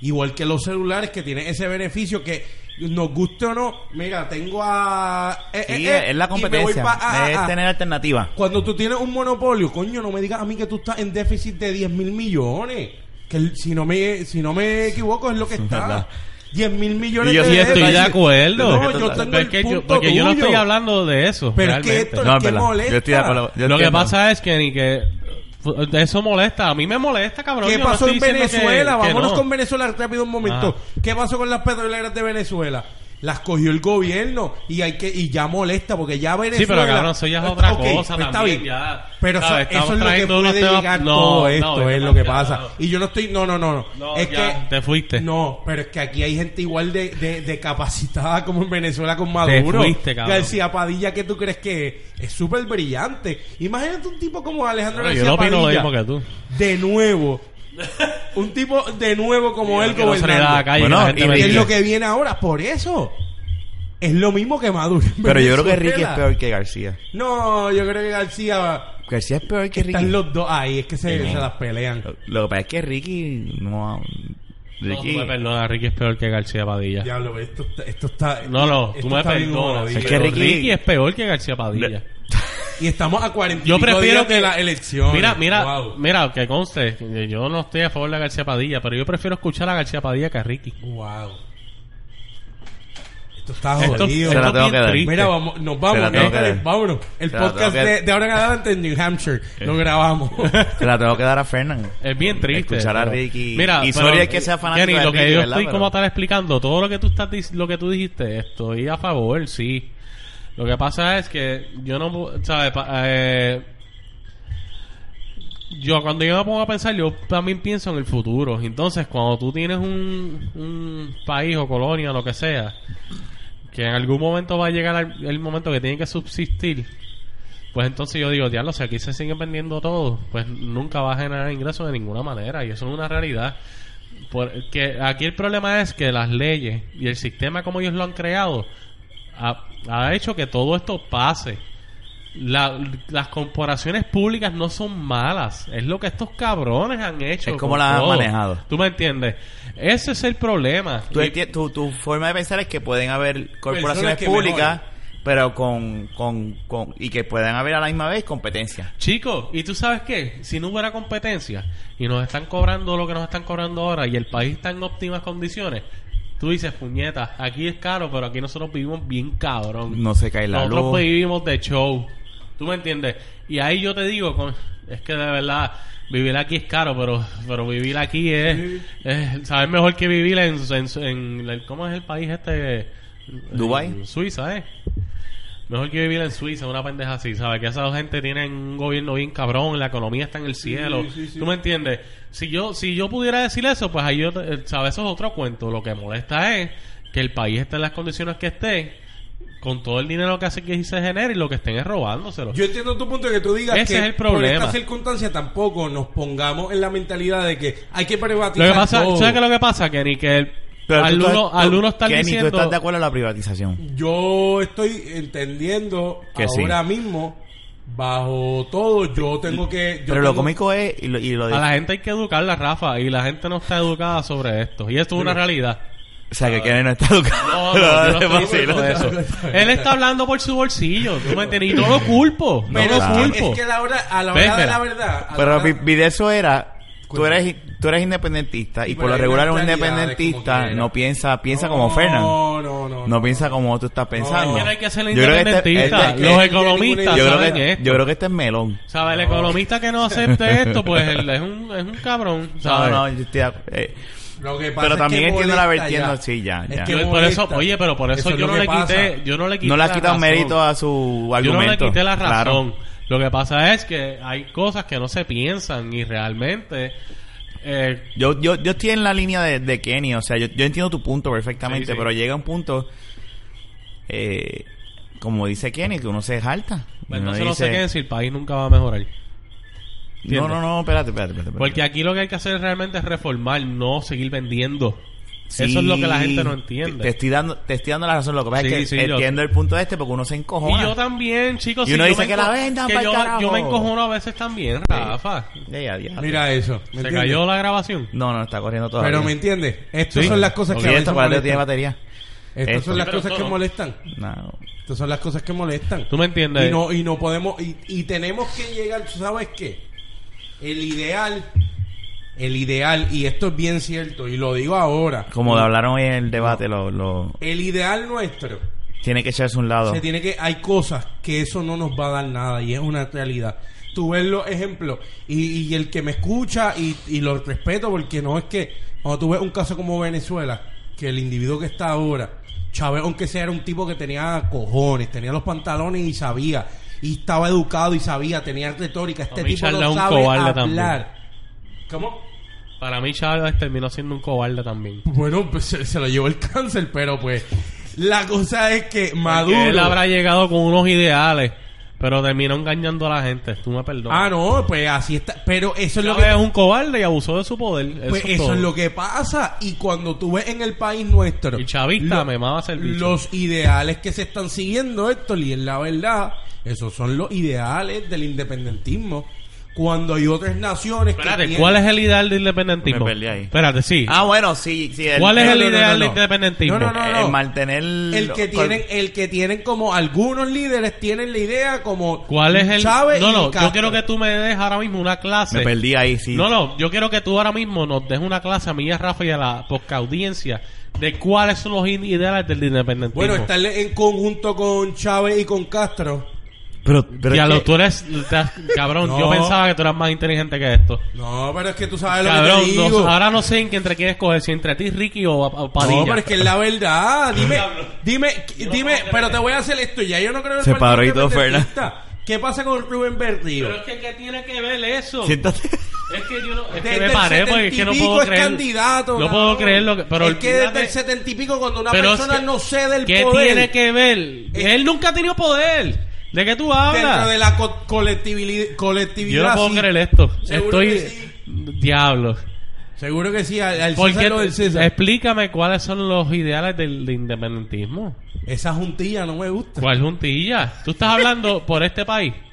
Speaker 3: Igual que los celulares que tienen ese beneficio que nos guste o no, mira, tengo a... eh,
Speaker 1: Sí,
Speaker 3: eh, eh,
Speaker 1: es la
Speaker 3: y me voy
Speaker 1: competencia.
Speaker 3: pa- ah,
Speaker 1: es
Speaker 3: ah, ah.
Speaker 1: tener alternativa.
Speaker 3: Cuando tú tienes un monopolio, coño, no me digas a mí que tú estás en déficit de 10 mil millones. Que el- si no me si no me equivoco es lo que
Speaker 1: Verdad.
Speaker 3: está. 10 mil millones
Speaker 1: Y yo
Speaker 3: de
Speaker 2: Sí, estoy de
Speaker 3: déficit.
Speaker 2: acuerdo.
Speaker 3: Eh, No, yo
Speaker 1: Total.
Speaker 3: tengo
Speaker 2: Pero es
Speaker 3: el
Speaker 2: que yo-
Speaker 3: punto
Speaker 2: porque yo no
Speaker 3: tuyo.
Speaker 2: estoy hablando de eso.
Speaker 3: Pero es que
Speaker 2: realmente.
Speaker 3: esto- ¿Qué molesta?
Speaker 1: Yo estoy de acuerdo. Yo
Speaker 2: Lo que
Speaker 1: entiendo.
Speaker 2: pasa es que ni que eso molesta. A mí me molesta, cabrón.
Speaker 3: ¿Qué
Speaker 2: Yo no
Speaker 3: pasó
Speaker 2: estoy
Speaker 3: en
Speaker 2: diciendo que-
Speaker 3: Venezuela?
Speaker 2: que
Speaker 3: Vámonos
Speaker 2: no. Ah.
Speaker 3: con Venezuela rápido un momento.
Speaker 2: Ajá.
Speaker 3: ¿Qué pasó con las petroleras de Venezuela? Las cogió el gobierno y hay que y ya molesta porque ya Venezuela.
Speaker 2: Sí, pero cabrón, eso ya es otra
Speaker 3: Ok,
Speaker 2: cosa
Speaker 3: pues está
Speaker 2: también,
Speaker 3: bien.
Speaker 2: ya.
Speaker 3: Pero eso,
Speaker 2: Sabes,
Speaker 3: eso
Speaker 2: estamos
Speaker 3: es lo que
Speaker 2: trayendo unos
Speaker 3: puede
Speaker 2: temas-
Speaker 3: llegar
Speaker 2: No,
Speaker 3: todo
Speaker 2: no,
Speaker 3: esto
Speaker 2: vete
Speaker 3: es
Speaker 2: pa'l
Speaker 3: lo que
Speaker 2: carajo.
Speaker 3: pasa. Y yo no estoy no no no no.
Speaker 2: No,
Speaker 3: es
Speaker 2: ya,
Speaker 3: que
Speaker 2: te fuiste.
Speaker 3: No, pero es que aquí hay gente igual de, de, de capacitada como en Venezuela con Maduro.
Speaker 2: fuiste, cabrón.
Speaker 3: García Padilla, que tú crees que es? es súper brillante. Imagínate un tipo como Alejandro
Speaker 2: Yo
Speaker 3: García
Speaker 2: no opino lo
Speaker 3: Padilla
Speaker 2: mismo que tú.
Speaker 3: de nuevo. Un tipo de nuevo como él
Speaker 2: Que no se le da a la
Speaker 3: gobernando.
Speaker 2: calle.
Speaker 1: Bueno,
Speaker 2: que la gente
Speaker 1: y
Speaker 2: me
Speaker 1: de-
Speaker 2: diga.
Speaker 3: Es lo que viene ahora, por eso. Es lo mismo que Maduro. en
Speaker 1: Pero yo creo que
Speaker 3: Venezuela.
Speaker 1: Ricky es peor que García.
Speaker 3: No, yo creo que García.
Speaker 1: García es peor que Ricky.
Speaker 3: Están los dos ahí, es que se,
Speaker 1: Sí.
Speaker 3: se las pelean.
Speaker 1: Lo- Lo que pasa es que Ricky no.
Speaker 2: No,
Speaker 1: Ricky.
Speaker 2: tú me perdonas, Ricky es peor que García Padilla.
Speaker 3: Diablo, esto, está- esto está.
Speaker 2: No, no,
Speaker 3: esto
Speaker 2: tú me
Speaker 3: está bien
Speaker 2: perdonas.
Speaker 3: jodido.
Speaker 1: Es que
Speaker 2: pero
Speaker 1: Ricky-
Speaker 2: Ricky... es peor que García Padilla.
Speaker 1: Le-
Speaker 3: Y estamos a 40
Speaker 2: Yo prefiero
Speaker 3: días de
Speaker 2: que
Speaker 3: la elección.
Speaker 2: Mira, mira, mira, que conste, que yo no estoy a favor de García Padilla, pero yo prefiero escuchar a García Padilla que a Ricky.
Speaker 3: Wow. Esto está
Speaker 2: Esto-
Speaker 3: Ah, jodido.
Speaker 1: Se la
Speaker 2: es
Speaker 1: tengo
Speaker 2: bien
Speaker 1: que dar.
Speaker 2: triste.
Speaker 3: Mira, vamos, nos
Speaker 1: Se
Speaker 3: vamos,
Speaker 1: la tengo que
Speaker 3: eh,
Speaker 1: dar.
Speaker 3: vámonos. El
Speaker 1: Se la
Speaker 3: podcast
Speaker 1: tengo que Eh.
Speaker 3: de,
Speaker 1: dar.
Speaker 3: de ahora en adelante en New Hampshire lo grabamos.
Speaker 1: Te la tengo que dar a Fernan.
Speaker 2: Es bien triste.
Speaker 1: Escuchar a
Speaker 2: pero-
Speaker 1: Ricky.
Speaker 2: Mira,
Speaker 1: Y
Speaker 2: pero-
Speaker 1: sorry es que sea fanático
Speaker 2: Kenny,
Speaker 1: de
Speaker 2: lo que
Speaker 1: Ricky,
Speaker 2: yo
Speaker 1: ¿verdad?
Speaker 2: estoy
Speaker 1: Pero-
Speaker 2: como tal explicando, todo lo que tú estás dic- lo que tú dijiste, estoy a favor, sí. Lo que pasa es que yo no, pu- sabes, Pa- eh, yo cuando yo me pongo a pensar, yo también pienso en el futuro. Entonces, cuando tú tienes un, un país o colonia, lo que sea, que en algún momento va a llegar al- el momento que tiene que subsistir, pues entonces yo digo, diablo, si aquí se sigue vendiendo todo, pues nunca va a generar ingresos de ninguna manera. Y eso es una realidad. Porque aquí el problema es que las leyes y el sistema como ellos lo han creado ha, ha hecho que todo esto pase. la- las corporaciones públicas no son malas. Es lo que estos cabrones han hecho.
Speaker 1: Es como
Speaker 2: con
Speaker 1: las han
Speaker 2: todo.
Speaker 1: manejado.
Speaker 2: ¿Tú me entiendes? Ese es el problema.
Speaker 1: Tú
Speaker 2: Y-
Speaker 1: enti- tu, tu forma de pensar es que pueden haber corporaciones
Speaker 3: que
Speaker 1: públicas, pero con, con, con- y que puedan haber a la misma vez competencia.
Speaker 2: Chicos, ¿y tú sabes qué? Si no hubiera competencia y nos están cobrando lo que nos están cobrando ahora y el país está en óptimas condiciones, tú dices, puñeta, aquí es caro, pero aquí nosotros vivimos bien cabrón.
Speaker 1: No se cae la
Speaker 2: nosotros
Speaker 1: luz.
Speaker 2: vivimos de show. ¿Tú me entiendes? Y ahí yo te digo, con- es que de verdad, vivir aquí es caro, pero pero vivir aquí es, es saber mejor que vivir en, en- en- en- ¿Cómo es el país este?
Speaker 1: Dubái.
Speaker 2: En Suiza, ¿eh? Mejor que vivir en Suiza, una pendeja así, ¿sabes? Que esa gente tienen un gobierno bien cabrón, la economía está en el cielo.
Speaker 3: sí, sí.
Speaker 2: ¿Tú me entiendes? Si yo si yo pudiera decir eso, pues ahí yo, eh, ¿sabes? Eso es otro cuento. Lo que molesta es que el país esté en las condiciones que esté, con todo el dinero que hace que se genere y lo que estén es robándoselo.
Speaker 3: Yo entiendo tu punto de que tú digas
Speaker 2: Ese
Speaker 3: que
Speaker 2: es el problema.
Speaker 3: por esta circunstancia tampoco nos pongamos en la mentalidad de que hay que
Speaker 2: lo
Speaker 3: privatizar
Speaker 2: que pasa,
Speaker 3: todo.
Speaker 2: ¿Sabes qué es lo que pasa, Kenny? Que el,
Speaker 1: Pero tú
Speaker 2: al
Speaker 1: estás-
Speaker 2: uno,
Speaker 1: tú-
Speaker 2: al uno estar
Speaker 1: Kenny,
Speaker 2: diciendo...
Speaker 1: ¿tú estás de acuerdo en la privatización?
Speaker 3: Yo estoy entendiendo
Speaker 1: Que sí.
Speaker 3: ahora mismo bajo todo yo tengo que yo
Speaker 1: Pero lo
Speaker 3: tengo-
Speaker 1: cómico es, y lo, y lo de-
Speaker 2: A la gente hay que educarla, Rafa, y la gente no está educada sobre esto. Y esto es una realidad.
Speaker 1: o sea, que Kenny no está educado.
Speaker 2: No, no, yo no
Speaker 1: Vacilo.
Speaker 2: estoy diciendo eso. Él está hablando por su bolsillo, ¿tú me entiendes? Y no lo culpo, no
Speaker 3: Pero
Speaker 2: lo
Speaker 3: es que-
Speaker 2: culpo.
Speaker 3: es que la hora- a la
Speaker 2: Ves,
Speaker 3: hora de
Speaker 2: mira.
Speaker 3: la verdad a la
Speaker 1: Pero
Speaker 3: hora-
Speaker 1: mi, mi de eso era, tú
Speaker 3: Cuéntame.
Speaker 1: eres, tú eres independentista y
Speaker 3: Sí,
Speaker 1: por
Speaker 3: pero
Speaker 1: lo
Speaker 3: hay
Speaker 1: regular un
Speaker 3: mentalidades como
Speaker 1: independentista
Speaker 3: quiera.
Speaker 1: no piensa, piensa
Speaker 3: No,
Speaker 1: como Fernan. No,
Speaker 3: No, no, no.
Speaker 1: piensa como tú estás pensando.
Speaker 2: Es que no hay que ser
Speaker 1: Yo creo que este-
Speaker 2: independentista.
Speaker 1: este-
Speaker 3: es
Speaker 2: Los
Speaker 3: que-
Speaker 2: economistas
Speaker 1: yo, creo
Speaker 2: saben
Speaker 1: que,
Speaker 2: esto.
Speaker 1: yo creo que este es melón.
Speaker 2: ¿Sabe? El economista que no acepte esto, pues él es un, es un cabrón,
Speaker 1: No,
Speaker 2: ¿sabes?
Speaker 1: no, yo estoy de acu- eh,
Speaker 3: Lo que
Speaker 1: Pero también entiendo la
Speaker 3: molesta
Speaker 1: vertiente, sí, ya,
Speaker 3: Es
Speaker 1: ya.
Speaker 3: que
Speaker 2: Yo- por
Speaker 3: molesta.
Speaker 2: eso, oye, pero por eso,
Speaker 3: es
Speaker 2: yo
Speaker 3: lo
Speaker 2: no
Speaker 3: que
Speaker 2: le
Speaker 3: pasa.
Speaker 2: quité, yo no le quité
Speaker 1: no le has
Speaker 2: la
Speaker 1: quitado
Speaker 2: razón.
Speaker 1: mérito a su
Speaker 2: Yo no
Speaker 1: argumento.
Speaker 2: le quité la
Speaker 1: Claro.
Speaker 2: razón. Lo que pasa es que hay cosas que no se piensan y realmente eh,
Speaker 1: Yo, yo, yo estoy en la línea de, de Kenny, o sea, yo, yo entiendo tu punto perfectamente,
Speaker 2: Sí, sí.
Speaker 1: pero llega un punto, eh, como dice Kenny, que uno se jalta.
Speaker 2: pues
Speaker 1: Uno
Speaker 2: entonces no sé
Speaker 1: dice,
Speaker 2: qué si el país nunca va a mejorar.
Speaker 1: No, no, no, espérate, espérate. espérate, espérate.
Speaker 2: Porque aquí lo que hay que hacer realmente es reformar, no seguir vendiendo.
Speaker 1: Sí,
Speaker 2: Eso es lo que la gente no
Speaker 1: Te,
Speaker 2: entiende.
Speaker 1: te estoy dando, te estoy dando la razón, lo que pasa
Speaker 2: Sí,
Speaker 1: es que
Speaker 2: sí, yo-
Speaker 1: entiendo el punto este porque uno se
Speaker 2: Y
Speaker 1: encojona.
Speaker 2: yo también, chicos.
Speaker 1: Y uno
Speaker 2: yo
Speaker 1: dice
Speaker 2: me
Speaker 1: que
Speaker 2: enco-
Speaker 1: la vendan pa'l
Speaker 2: yo,
Speaker 1: carajo.
Speaker 2: yo me encojono a veces también, Rafa.
Speaker 1: Ya, ya, ya.
Speaker 3: Mira eso. ¿me
Speaker 2: Se
Speaker 3: entiendes?
Speaker 2: cayó la grabación.
Speaker 1: No, no, está corriendo todavía.
Speaker 3: Pero me entiendes. Estas
Speaker 2: Sí.
Speaker 3: son las cosas
Speaker 1: Sí,
Speaker 3: que pues, a veces
Speaker 1: esto parece que tiene
Speaker 3: molestan.
Speaker 1: batería.
Speaker 3: Estas
Speaker 1: Esto.
Speaker 3: son las
Speaker 2: Pero
Speaker 3: cosas
Speaker 2: esto
Speaker 3: que
Speaker 2: no.
Speaker 3: molestan.
Speaker 1: No.
Speaker 3: Estas son las cosas que molestan.
Speaker 2: ¿Tú me entiendes?
Speaker 3: Y no, y no podemos, y, y tenemos que llegar, ¿tú sabes qué? El ideal, el ideal, y esto es bien cierto, y lo digo ahora,
Speaker 1: Como hablaron hoy en el debate, lo, lo-
Speaker 3: el ideal nuestro,
Speaker 1: tiene que echarse a un lado.
Speaker 3: se tiene que, hay cosas que eso no nos va a dar nada, y es una realidad. Tú ves los ejemplos, y, y el que me escucha, y, y lo respeto, porque no es que, cuando tú ves un caso como Venezuela, que el individuo que está ahora, Chávez, aunque sea, era un tipo que tenía cojones, tenía los pantalones y sabía. Y estaba educado y sabía, tenía retórica. Este
Speaker 2: Para mí
Speaker 3: tipo
Speaker 2: Charla es
Speaker 3: no
Speaker 2: un
Speaker 3: sabe
Speaker 2: cobarde
Speaker 3: hablar.
Speaker 2: también.
Speaker 3: ¿Cómo?
Speaker 2: Para mí Chávez terminó siendo un cobarde también.
Speaker 3: Bueno, pues se, se lo llevó el cáncer, pero pues la cosa es que Maduro...
Speaker 2: Porque Él habrá llegado con unos ideales, pero terminó engañando a la gente. Tú me perdonas.
Speaker 3: Ah, no, pues así está. Pero eso es lo
Speaker 2: Chávez
Speaker 3: que...
Speaker 2: es un cobarde y abusó de su poder. Eso,
Speaker 3: Pues eso
Speaker 2: todo.
Speaker 3: es lo que pasa. Y cuando tú ves en el país nuestro.
Speaker 2: Y chavista, me mama ser bicho.
Speaker 3: Los ideales que se están siguiendo, Héctor, y es la verdad, esos son los ideales del independentismo. Cuando hay otras naciones. que
Speaker 2: Espérate,
Speaker 3: tienen-
Speaker 2: ¿cuál es el ideal del independentismo?
Speaker 1: Me perdí ahí.
Speaker 2: Espérate, sí.
Speaker 1: Ah, bueno, sí. sí el,
Speaker 2: ¿Cuál es
Speaker 3: no,
Speaker 2: el
Speaker 3: no, no,
Speaker 2: ideal
Speaker 3: no,
Speaker 2: del
Speaker 3: no.
Speaker 2: independentismo?
Speaker 3: No, no, no,
Speaker 1: el mantener...
Speaker 3: El que tienen, el que tienen como algunos líderes tienen la idea como
Speaker 2: ¿Cuál es el
Speaker 3: Chávez
Speaker 2: No,
Speaker 3: y
Speaker 2: no, yo
Speaker 3: Castro.
Speaker 2: quiero que tú me des ahora mismo una clase.
Speaker 1: Me perdí ahí, sí.
Speaker 2: No, no, yo quiero que tú ahora mismo nos des una clase a mí y a Rafa y a la poca audiencia de cuáles son los i- ideales del independentismo.
Speaker 3: Bueno, estar en conjunto con Chávez y con Castro.
Speaker 1: Pero, pero
Speaker 2: ya
Speaker 1: es
Speaker 2: lo,
Speaker 1: que-
Speaker 2: tú eres, te has- cabrón,
Speaker 3: No.
Speaker 2: yo pensaba que tú eras más inteligente que esto.
Speaker 3: No, pero es que tú sabes lo
Speaker 2: Cabrón,
Speaker 3: que te
Speaker 2: no-
Speaker 3: digo.
Speaker 2: ahora no sé en qué entre quién escoger, si entre ti, Ricky o, o Padilla.
Speaker 3: No, pero es que es la verdad. Dime, dime, dime, pero te voy a hacer esto. Ya yo no creo en el
Speaker 1: Se
Speaker 3: Partido
Speaker 1: paró y todo,
Speaker 3: Independentista. ¿Qué pasa con Rubén Berrío?
Speaker 2: Pero es que ¿qué tiene que ver eso?
Speaker 1: Siéntate.
Speaker 2: Es que yo no, es
Speaker 3: Desde
Speaker 2: que me
Speaker 3: el
Speaker 2: paré porque es
Speaker 3: 70 y
Speaker 2: que no
Speaker 3: pico
Speaker 2: puedo
Speaker 3: es
Speaker 2: creer.
Speaker 3: candidato,
Speaker 2: no
Speaker 3: cabrón.
Speaker 2: puedo creer lo que pero
Speaker 3: es que desde el
Speaker 2: olvídate-
Speaker 3: setenta y pico cuando una
Speaker 2: pero es
Speaker 3: persona
Speaker 2: que-
Speaker 3: no cede el
Speaker 2: ¿Qué
Speaker 3: poder
Speaker 2: tiene que ver? Él nunca ha tenido poder. ¿De qué tú
Speaker 3: dentro de
Speaker 2: hablas?
Speaker 3: la co- colectivili- colectividad
Speaker 2: Yo no puedo
Speaker 3: sí.
Speaker 2: creer esto.
Speaker 3: Seguro
Speaker 2: Estoy
Speaker 3: que sí.
Speaker 2: diablo.
Speaker 3: Seguro que sí, al, al
Speaker 2: Porque
Speaker 3: César lo del César.
Speaker 2: explícame cuáles son los ideales del, del independentismo.
Speaker 3: Esa juntilla no me gusta.
Speaker 2: ¿Cuál juntilla? Tú estás hablando por este país.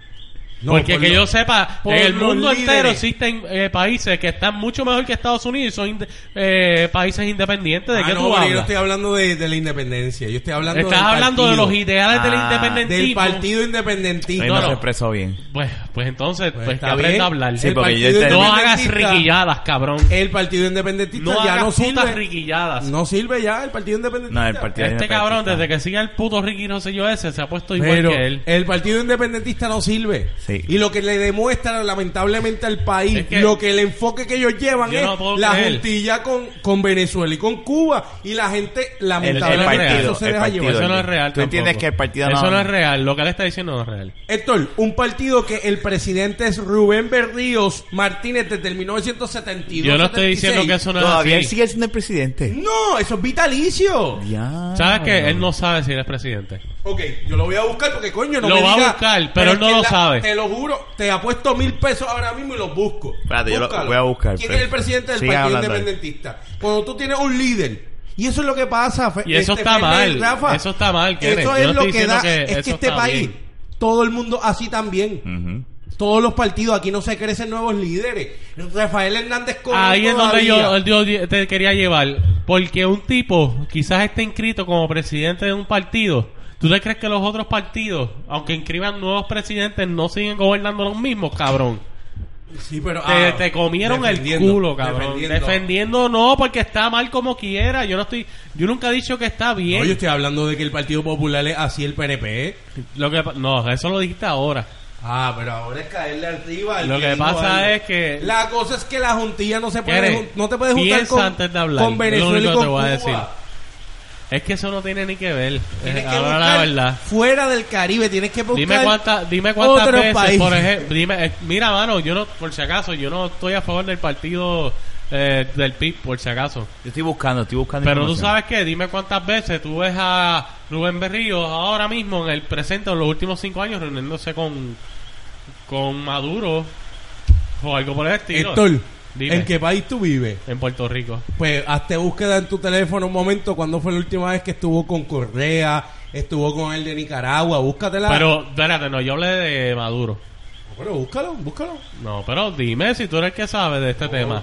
Speaker 3: No,
Speaker 2: Porque
Speaker 3: por
Speaker 2: que
Speaker 3: lo-
Speaker 2: yo sepa,
Speaker 3: por
Speaker 2: en el
Speaker 3: los
Speaker 2: mundo entero
Speaker 3: líderes.
Speaker 2: existen eh, países que están mucho mejor que Estados Unidos y son inde- eh, países independientes. ¿De
Speaker 3: Ah,
Speaker 2: qué
Speaker 3: no,
Speaker 2: tú
Speaker 3: pero
Speaker 2: hablas?
Speaker 3: yo no estoy hablando de, de la independencia. Yo estoy hablando
Speaker 2: Estás
Speaker 3: del
Speaker 2: hablando de
Speaker 3: partido.
Speaker 2: los ideales del
Speaker 1: Ah,
Speaker 2: independentismo.
Speaker 3: Del partido
Speaker 1: Ahí
Speaker 3: independentista.
Speaker 1: no,
Speaker 2: No,
Speaker 1: se
Speaker 2: no.
Speaker 1: expresó bien.
Speaker 2: Pues, pues entonces,
Speaker 3: Pues
Speaker 2: pues, que
Speaker 3: está
Speaker 2: aprenda
Speaker 3: bien. pues,
Speaker 2: a hablar. Eh,
Speaker 1: Sí,
Speaker 3: El
Speaker 1: porque yo
Speaker 3: partido
Speaker 1: entendí-
Speaker 2: este- no hagas
Speaker 3: independentista-
Speaker 2: riquilladas, cabrón.
Speaker 3: El partido independentista
Speaker 2: No
Speaker 3: ya
Speaker 2: hagas
Speaker 3: no
Speaker 2: putas
Speaker 3: sirve.
Speaker 2: riquilladas.
Speaker 3: No sirve ya el partido independentista.
Speaker 1: No, el partido
Speaker 2: Este cabrón, desde que siga el puto Ricky Rosselló ese, se ha puesto igual
Speaker 3: Pero
Speaker 2: que él.
Speaker 1: eh,
Speaker 3: el partido independentista no sirve.
Speaker 1: Sí.
Speaker 3: Y lo que le demuestra lamentablemente al país,
Speaker 2: Es que-
Speaker 3: lo que el enfoque que ellos llevan
Speaker 2: Yo
Speaker 3: es
Speaker 2: no puedo
Speaker 3: la
Speaker 2: creer.
Speaker 3: juntilla con, con Venezuela y con Cuba. Y la gente lamentablemente
Speaker 2: partido,
Speaker 3: eso se
Speaker 1: el
Speaker 3: deja
Speaker 1: partido.
Speaker 3: llevar.
Speaker 2: Eso no es
Speaker 1: Tú
Speaker 2: real. tampoco.
Speaker 1: entiendes que el partido
Speaker 2: Eso
Speaker 1: no-
Speaker 2: no es real. Lo que él está diciendo no es real.
Speaker 3: Héctor, un partido que el presidente es Rubén Berríos Martínez desde el 1972.
Speaker 2: Yo no estoy diciendo que
Speaker 3: 76.
Speaker 2: eso no es
Speaker 1: Todavía él
Speaker 2: así.
Speaker 1: sigue siendo el presidente.
Speaker 3: No, eso es vitalicio.
Speaker 1: Ya.
Speaker 2: ¿Sabes qué? Él no sabe si él es presidente.
Speaker 3: Ok, yo lo voy a buscar porque coño no
Speaker 2: Lo
Speaker 3: me
Speaker 2: va a
Speaker 3: diga-
Speaker 2: buscar, pero él
Speaker 3: es
Speaker 2: no
Speaker 3: que
Speaker 2: lo
Speaker 3: la-
Speaker 2: sabe.
Speaker 3: Te lo juro, te apuesto mil pesos ahora mismo y los busco.
Speaker 1: Espérate, yo lo
Speaker 3: Búscalo.
Speaker 1: voy a buscar,
Speaker 3: ¿Quién
Speaker 1: pero-
Speaker 3: es el presidente del
Speaker 1: Siga
Speaker 3: Partido
Speaker 1: hablando ahí.
Speaker 3: Independentista? Cuando tú tienes un líder. Y eso es lo que pasa. Fe-
Speaker 2: Y eso está
Speaker 3: Fernández,
Speaker 2: mal, eso está mal, Kenneth.
Speaker 3: Eso
Speaker 2: Yo
Speaker 3: es
Speaker 2: no
Speaker 3: lo
Speaker 2: estoy
Speaker 3: que
Speaker 2: diciendo
Speaker 3: da.
Speaker 2: que
Speaker 3: es que
Speaker 2: eso
Speaker 3: este
Speaker 2: está
Speaker 3: país,
Speaker 2: bien.
Speaker 3: todo el mundo así también.
Speaker 1: Ujú.
Speaker 3: Todos los partidos, aquí no se crecen nuevos líderes. Rafael Hernández Colón
Speaker 2: Ahí es donde
Speaker 3: todavía.
Speaker 2: yo, yo te quería llevar. Porque un tipo quizás esté inscrito como presidente de un partido. ¿Tú te crees que los otros partidos, aunque inscriban nuevos presidentes, no siguen gobernando los mismos, cabrón?
Speaker 3: Sí, pero,
Speaker 2: Te,
Speaker 3: ah,
Speaker 2: te comieron el
Speaker 3: defendiendo,
Speaker 2: culo, cabrón. Defendiendo. no, porque está mal como quiera. Yo no estoy, yo nunca he dicho que está bien.
Speaker 3: No, yo estoy hablando de que el Partido Popular es así el PNP.
Speaker 2: Lo que pa- no, eso lo dijiste ahora.
Speaker 3: Ah, pero ahora es caerle arriba. al
Speaker 2: Lo que
Speaker 3: dijo
Speaker 2: pasa
Speaker 3: algo.
Speaker 2: es que-
Speaker 3: La cosa es que la juntilla no se puede...
Speaker 2: Quiere,
Speaker 3: jun- No te puedes juntar
Speaker 2: piensa
Speaker 3: con,
Speaker 2: antes de hablar,
Speaker 3: con
Speaker 2: es lo
Speaker 3: Venezuela
Speaker 2: único
Speaker 3: y
Speaker 2: que
Speaker 3: con
Speaker 2: te voy a
Speaker 3: Cuba.
Speaker 2: decir. Es que eso no tiene ni que ver.
Speaker 3: Tienes
Speaker 2: Eh,
Speaker 3: que
Speaker 2: ahora la
Speaker 3: buscar
Speaker 2: verdad.
Speaker 3: fuera del Caribe. Tienes que buscar
Speaker 2: Dime cuántas, dime cuántas
Speaker 3: otros
Speaker 2: veces,
Speaker 3: países.
Speaker 2: por ejemplo, dime, eh, mira, mano, yo no, por si acaso, yo no estoy a favor del partido eh, del PIB, por si acaso.
Speaker 1: Yo estoy buscando, estoy buscando.
Speaker 2: Pero tú
Speaker 1: información.
Speaker 2: sabes qué, dime cuántas veces tú ves a Rubén Berríos ahora mismo en el presente, en los últimos cinco años, reuniéndose con, con Maduro o algo por el estilo.
Speaker 3: Héctor,
Speaker 2: Dime.
Speaker 3: ¿en qué país tú vives?
Speaker 2: En Puerto Rico.
Speaker 3: Pues hazte búsqueda en tu teléfono un momento. ¿Cuándo fue la última vez que estuvo con Correa? Estuvo con el de Nicaragua. Búscatela.
Speaker 2: Pero, espérate, no, yo hablé de Maduro.
Speaker 3: Pero búscalo, búscalo.
Speaker 2: No, pero dime si tú eres el que sabe de este tema.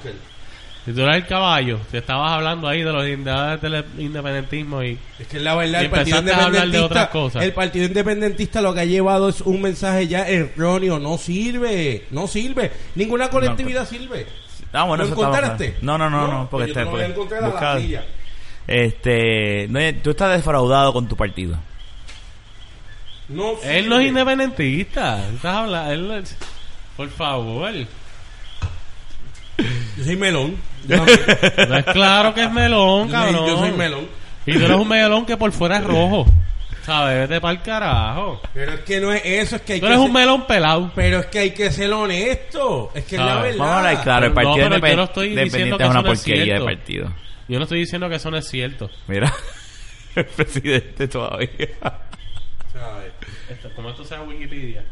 Speaker 2: Si tú eres el caballo, si estabas hablando ahí de los ideales del independentismo y...
Speaker 3: Es que la verdad,
Speaker 2: Y
Speaker 3: el partido,
Speaker 2: empezaste a hablar de
Speaker 3: independentista,
Speaker 2: otras cosas.
Speaker 3: el partido independentista lo que ha llevado es un mensaje ya erróneo. No sirve, no sirve. Ninguna colectividad sirve.
Speaker 1: Ah, bueno,
Speaker 3: ¿Lo
Speaker 1: eso estaba-
Speaker 3: encontraste?
Speaker 1: No, no, no, no, porque
Speaker 3: yo
Speaker 1: está-
Speaker 3: no
Speaker 1: porque-
Speaker 3: voy a encontrar a la
Speaker 1: buscado.
Speaker 3: silla.
Speaker 1: Este, no, eh, tú estás defraudado con tu partido.
Speaker 3: No sirve.
Speaker 2: Él no es independentista. Estás hablando... Él, es- por favor.
Speaker 3: Yo soy melón. Yo también. Yo soy-
Speaker 2: No es claro que es melón, cabrón.
Speaker 3: yo soy melón.
Speaker 2: Y tú eres un melón que por fuera es rojo. ¿Sabes? Vete pa'l carajo.
Speaker 3: Pero es que no es eso, es que hay
Speaker 2: Tú
Speaker 3: que
Speaker 2: eres un
Speaker 3: ser-
Speaker 2: melón pelado.
Speaker 3: Pero es que hay que ser honesto. Es que es
Speaker 2: Ah,
Speaker 3: la
Speaker 2: vamos
Speaker 3: verdad.
Speaker 1: Vamos a hablar claro, el
Speaker 2: Pero no,
Speaker 1: partido
Speaker 2: pero yo no
Speaker 1: independ-
Speaker 2: estoy
Speaker 1: independiente
Speaker 2: diciendo que
Speaker 1: es
Speaker 2: eso
Speaker 1: una
Speaker 2: no es
Speaker 1: porquería de
Speaker 2: cierto.
Speaker 1: partido.
Speaker 2: Yo no estoy diciendo que eso no es cierto.
Speaker 1: Mira, el presidente todavía.
Speaker 3: ¿Sabes?
Speaker 2: Esto- como esto sea Wikipedia.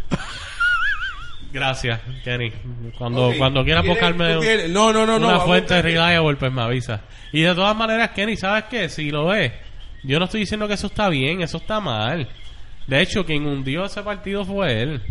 Speaker 2: Gracias, Kenny. Cuando,
Speaker 3: Ok,
Speaker 2: cuando quiera
Speaker 3: ¿quieres-
Speaker 2: buscarme
Speaker 3: tú quieres? No, no, no, no.
Speaker 2: una
Speaker 3: vamos a
Speaker 2: fuente
Speaker 3: buscar-
Speaker 2: reliable, pues me avisa. Y de todas maneras, Kenny, ¿sabes qué? Si lo ves, yo no estoy diciendo que eso está bien, eso está mal. De hecho, quien hundió ese partido fue él.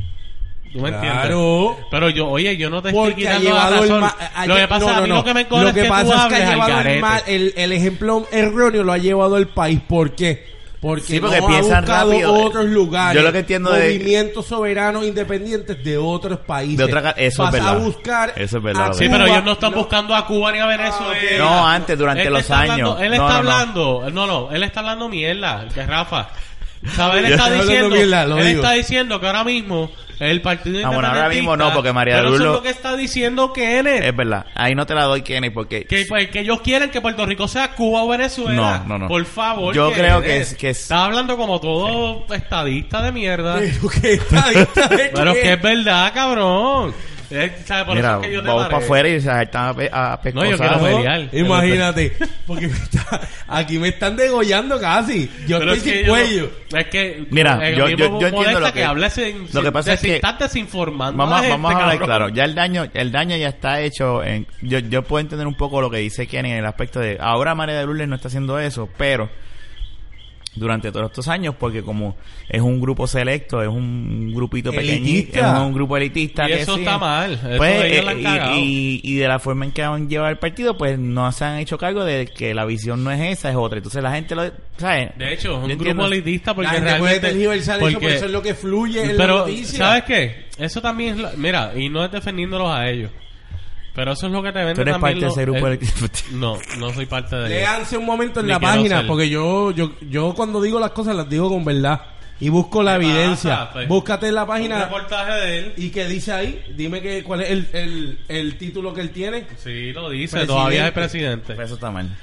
Speaker 2: ¿Tú me entiendes?
Speaker 3: Claro.
Speaker 2: Pero yo, oye, yo no te estoy
Speaker 3: Porque ha
Speaker 2: quitando la
Speaker 3: llevado el
Speaker 2: razón.
Speaker 3: ma- ha-
Speaker 2: lo que
Speaker 3: ha-
Speaker 2: pasa
Speaker 3: no,
Speaker 2: a mí
Speaker 3: no,
Speaker 2: lo que me
Speaker 3: no.
Speaker 2: corre
Speaker 3: Lo
Speaker 2: es que
Speaker 3: pasa
Speaker 2: tú
Speaker 3: es
Speaker 2: hables
Speaker 3: ha
Speaker 2: al
Speaker 3: llevado el,
Speaker 2: garete.
Speaker 3: ma- el- el ejemplo erróneo lo ha llevado el país. ¿Por qué? Porque,
Speaker 1: Sí, porque
Speaker 3: no ha
Speaker 1: piensan
Speaker 3: buscado
Speaker 1: rápido.
Speaker 3: otros lugares.
Speaker 1: Yo lo que entiendo de-
Speaker 3: movimientos soberanos independientes de otros países.
Speaker 1: De otra ca- eso es
Speaker 3: Vas a
Speaker 1: verdad.
Speaker 3: buscar
Speaker 1: Eso es verdad,
Speaker 3: a
Speaker 1: lo que-
Speaker 2: Sí, pero
Speaker 3: Cuba.
Speaker 2: ellos no están buscando a Cuba ni a Venezuela.
Speaker 1: No, antes, durante
Speaker 2: Él
Speaker 1: los
Speaker 2: está hablando-
Speaker 1: años.
Speaker 2: él
Speaker 1: No,
Speaker 2: está
Speaker 1: no, no.
Speaker 2: hablando, no. no, él está hablando mierda, que Rafa. ¿Sabes?
Speaker 1: Yo
Speaker 2: Él está
Speaker 3: estoy hablando
Speaker 2: diciendo,
Speaker 3: mierda, lo
Speaker 2: él
Speaker 3: digo.
Speaker 2: está diciendo que ahora mismo el partido
Speaker 1: Ah, bueno, ahora mismo no, porque María Eh,
Speaker 2: Pero eso
Speaker 1: Lulo-
Speaker 2: es lo que está diciendo Kenneth.
Speaker 1: Es verdad. Ahí no te la doy, Kenny, porque.
Speaker 2: Que, pues, que ellos quieren que Puerto Rico sea Cuba o Venezuela.
Speaker 1: No, no, no.
Speaker 2: Por favor.
Speaker 1: Yo creo que
Speaker 2: eres.
Speaker 1: es- que es-
Speaker 2: Estás hablando como todo estadista de mierda.
Speaker 3: Pero que está- está de
Speaker 2: Pero es que
Speaker 3: que-
Speaker 2: es verdad, cabrón. Eh, ¿sabes? Por
Speaker 1: Mira,
Speaker 2: eso es que yo te
Speaker 1: vamos
Speaker 2: paré.
Speaker 1: para afuera y se saltan a, pe a
Speaker 2: No, yo quiero
Speaker 1: pescosazo.
Speaker 2: pelear.
Speaker 3: Imagínate, porque me está- aquí me están degollando casi. Yo
Speaker 2: Pero
Speaker 3: estoy
Speaker 2: es
Speaker 3: sin
Speaker 2: que yo-
Speaker 3: cuello.
Speaker 2: es que
Speaker 1: Mira, yo- yo- yo entiendo lo que-
Speaker 2: lo que pasa es que estás desinformando.
Speaker 1: Vamos,
Speaker 2: a la
Speaker 1: vamos a
Speaker 2: gente,
Speaker 1: hablar
Speaker 2: este cabrón.
Speaker 1: claro. Ya el daño, el daño ya está hecho. En, yo, yo puedo entender un poco lo que dice Kenny en el aspecto de ahora María de Lourdes no está haciendo eso, pero durante todos estos años, porque como es un grupo selecto, es un grupito pequeñito, es
Speaker 3: Elitista.
Speaker 1: un grupo elitista.
Speaker 2: Y
Speaker 1: que
Speaker 2: eso
Speaker 1: sí,
Speaker 2: está mal. Eso
Speaker 1: pues,
Speaker 2: ellos la han
Speaker 1: eh, y-
Speaker 2: cagado.
Speaker 1: y, y de la forma en que han llevado el partido, pues no se han hecho cargo de que la visión no es esa, es otra. Entonces la gente lo... ¿sabes?
Speaker 2: De hecho, es
Speaker 1: Yo
Speaker 2: un
Speaker 1: entiendo-
Speaker 2: grupo elitista porque
Speaker 3: la gente puede
Speaker 2: realmente...
Speaker 3: tergiversar eso,
Speaker 2: porque-
Speaker 3: porque eso es lo que fluye en la
Speaker 2: Pero,
Speaker 3: noticia.
Speaker 2: ¿sabes qué? Eso también es... lo- Mira, y no es defendiéndolos a ellos. Pero eso es lo que te venden
Speaker 1: Tú eres parte
Speaker 2: también
Speaker 1: de
Speaker 2: los-
Speaker 1: ese grupo
Speaker 2: eh,
Speaker 1: elitista.
Speaker 2: No, no soy parte de ellos.
Speaker 3: Leanse un momento en
Speaker 2: Ni
Speaker 3: la
Speaker 2: quiero
Speaker 3: página,
Speaker 2: ser.
Speaker 3: porque yo, yo, yo cuando digo las cosas las digo con verdad. Y busco la
Speaker 2: ¿Qué
Speaker 3: evidencia.
Speaker 2: pasa, pues?
Speaker 3: Búscate en la
Speaker 2: Un
Speaker 3: página.
Speaker 2: reportaje de él.
Speaker 3: ¿Y qué dice ahí? Dime que, cuál es el, el, el título que él tiene.
Speaker 2: Sí, lo dice.
Speaker 3: Presidente.
Speaker 2: Todavía es presidente.
Speaker 1: Pues eso está mal.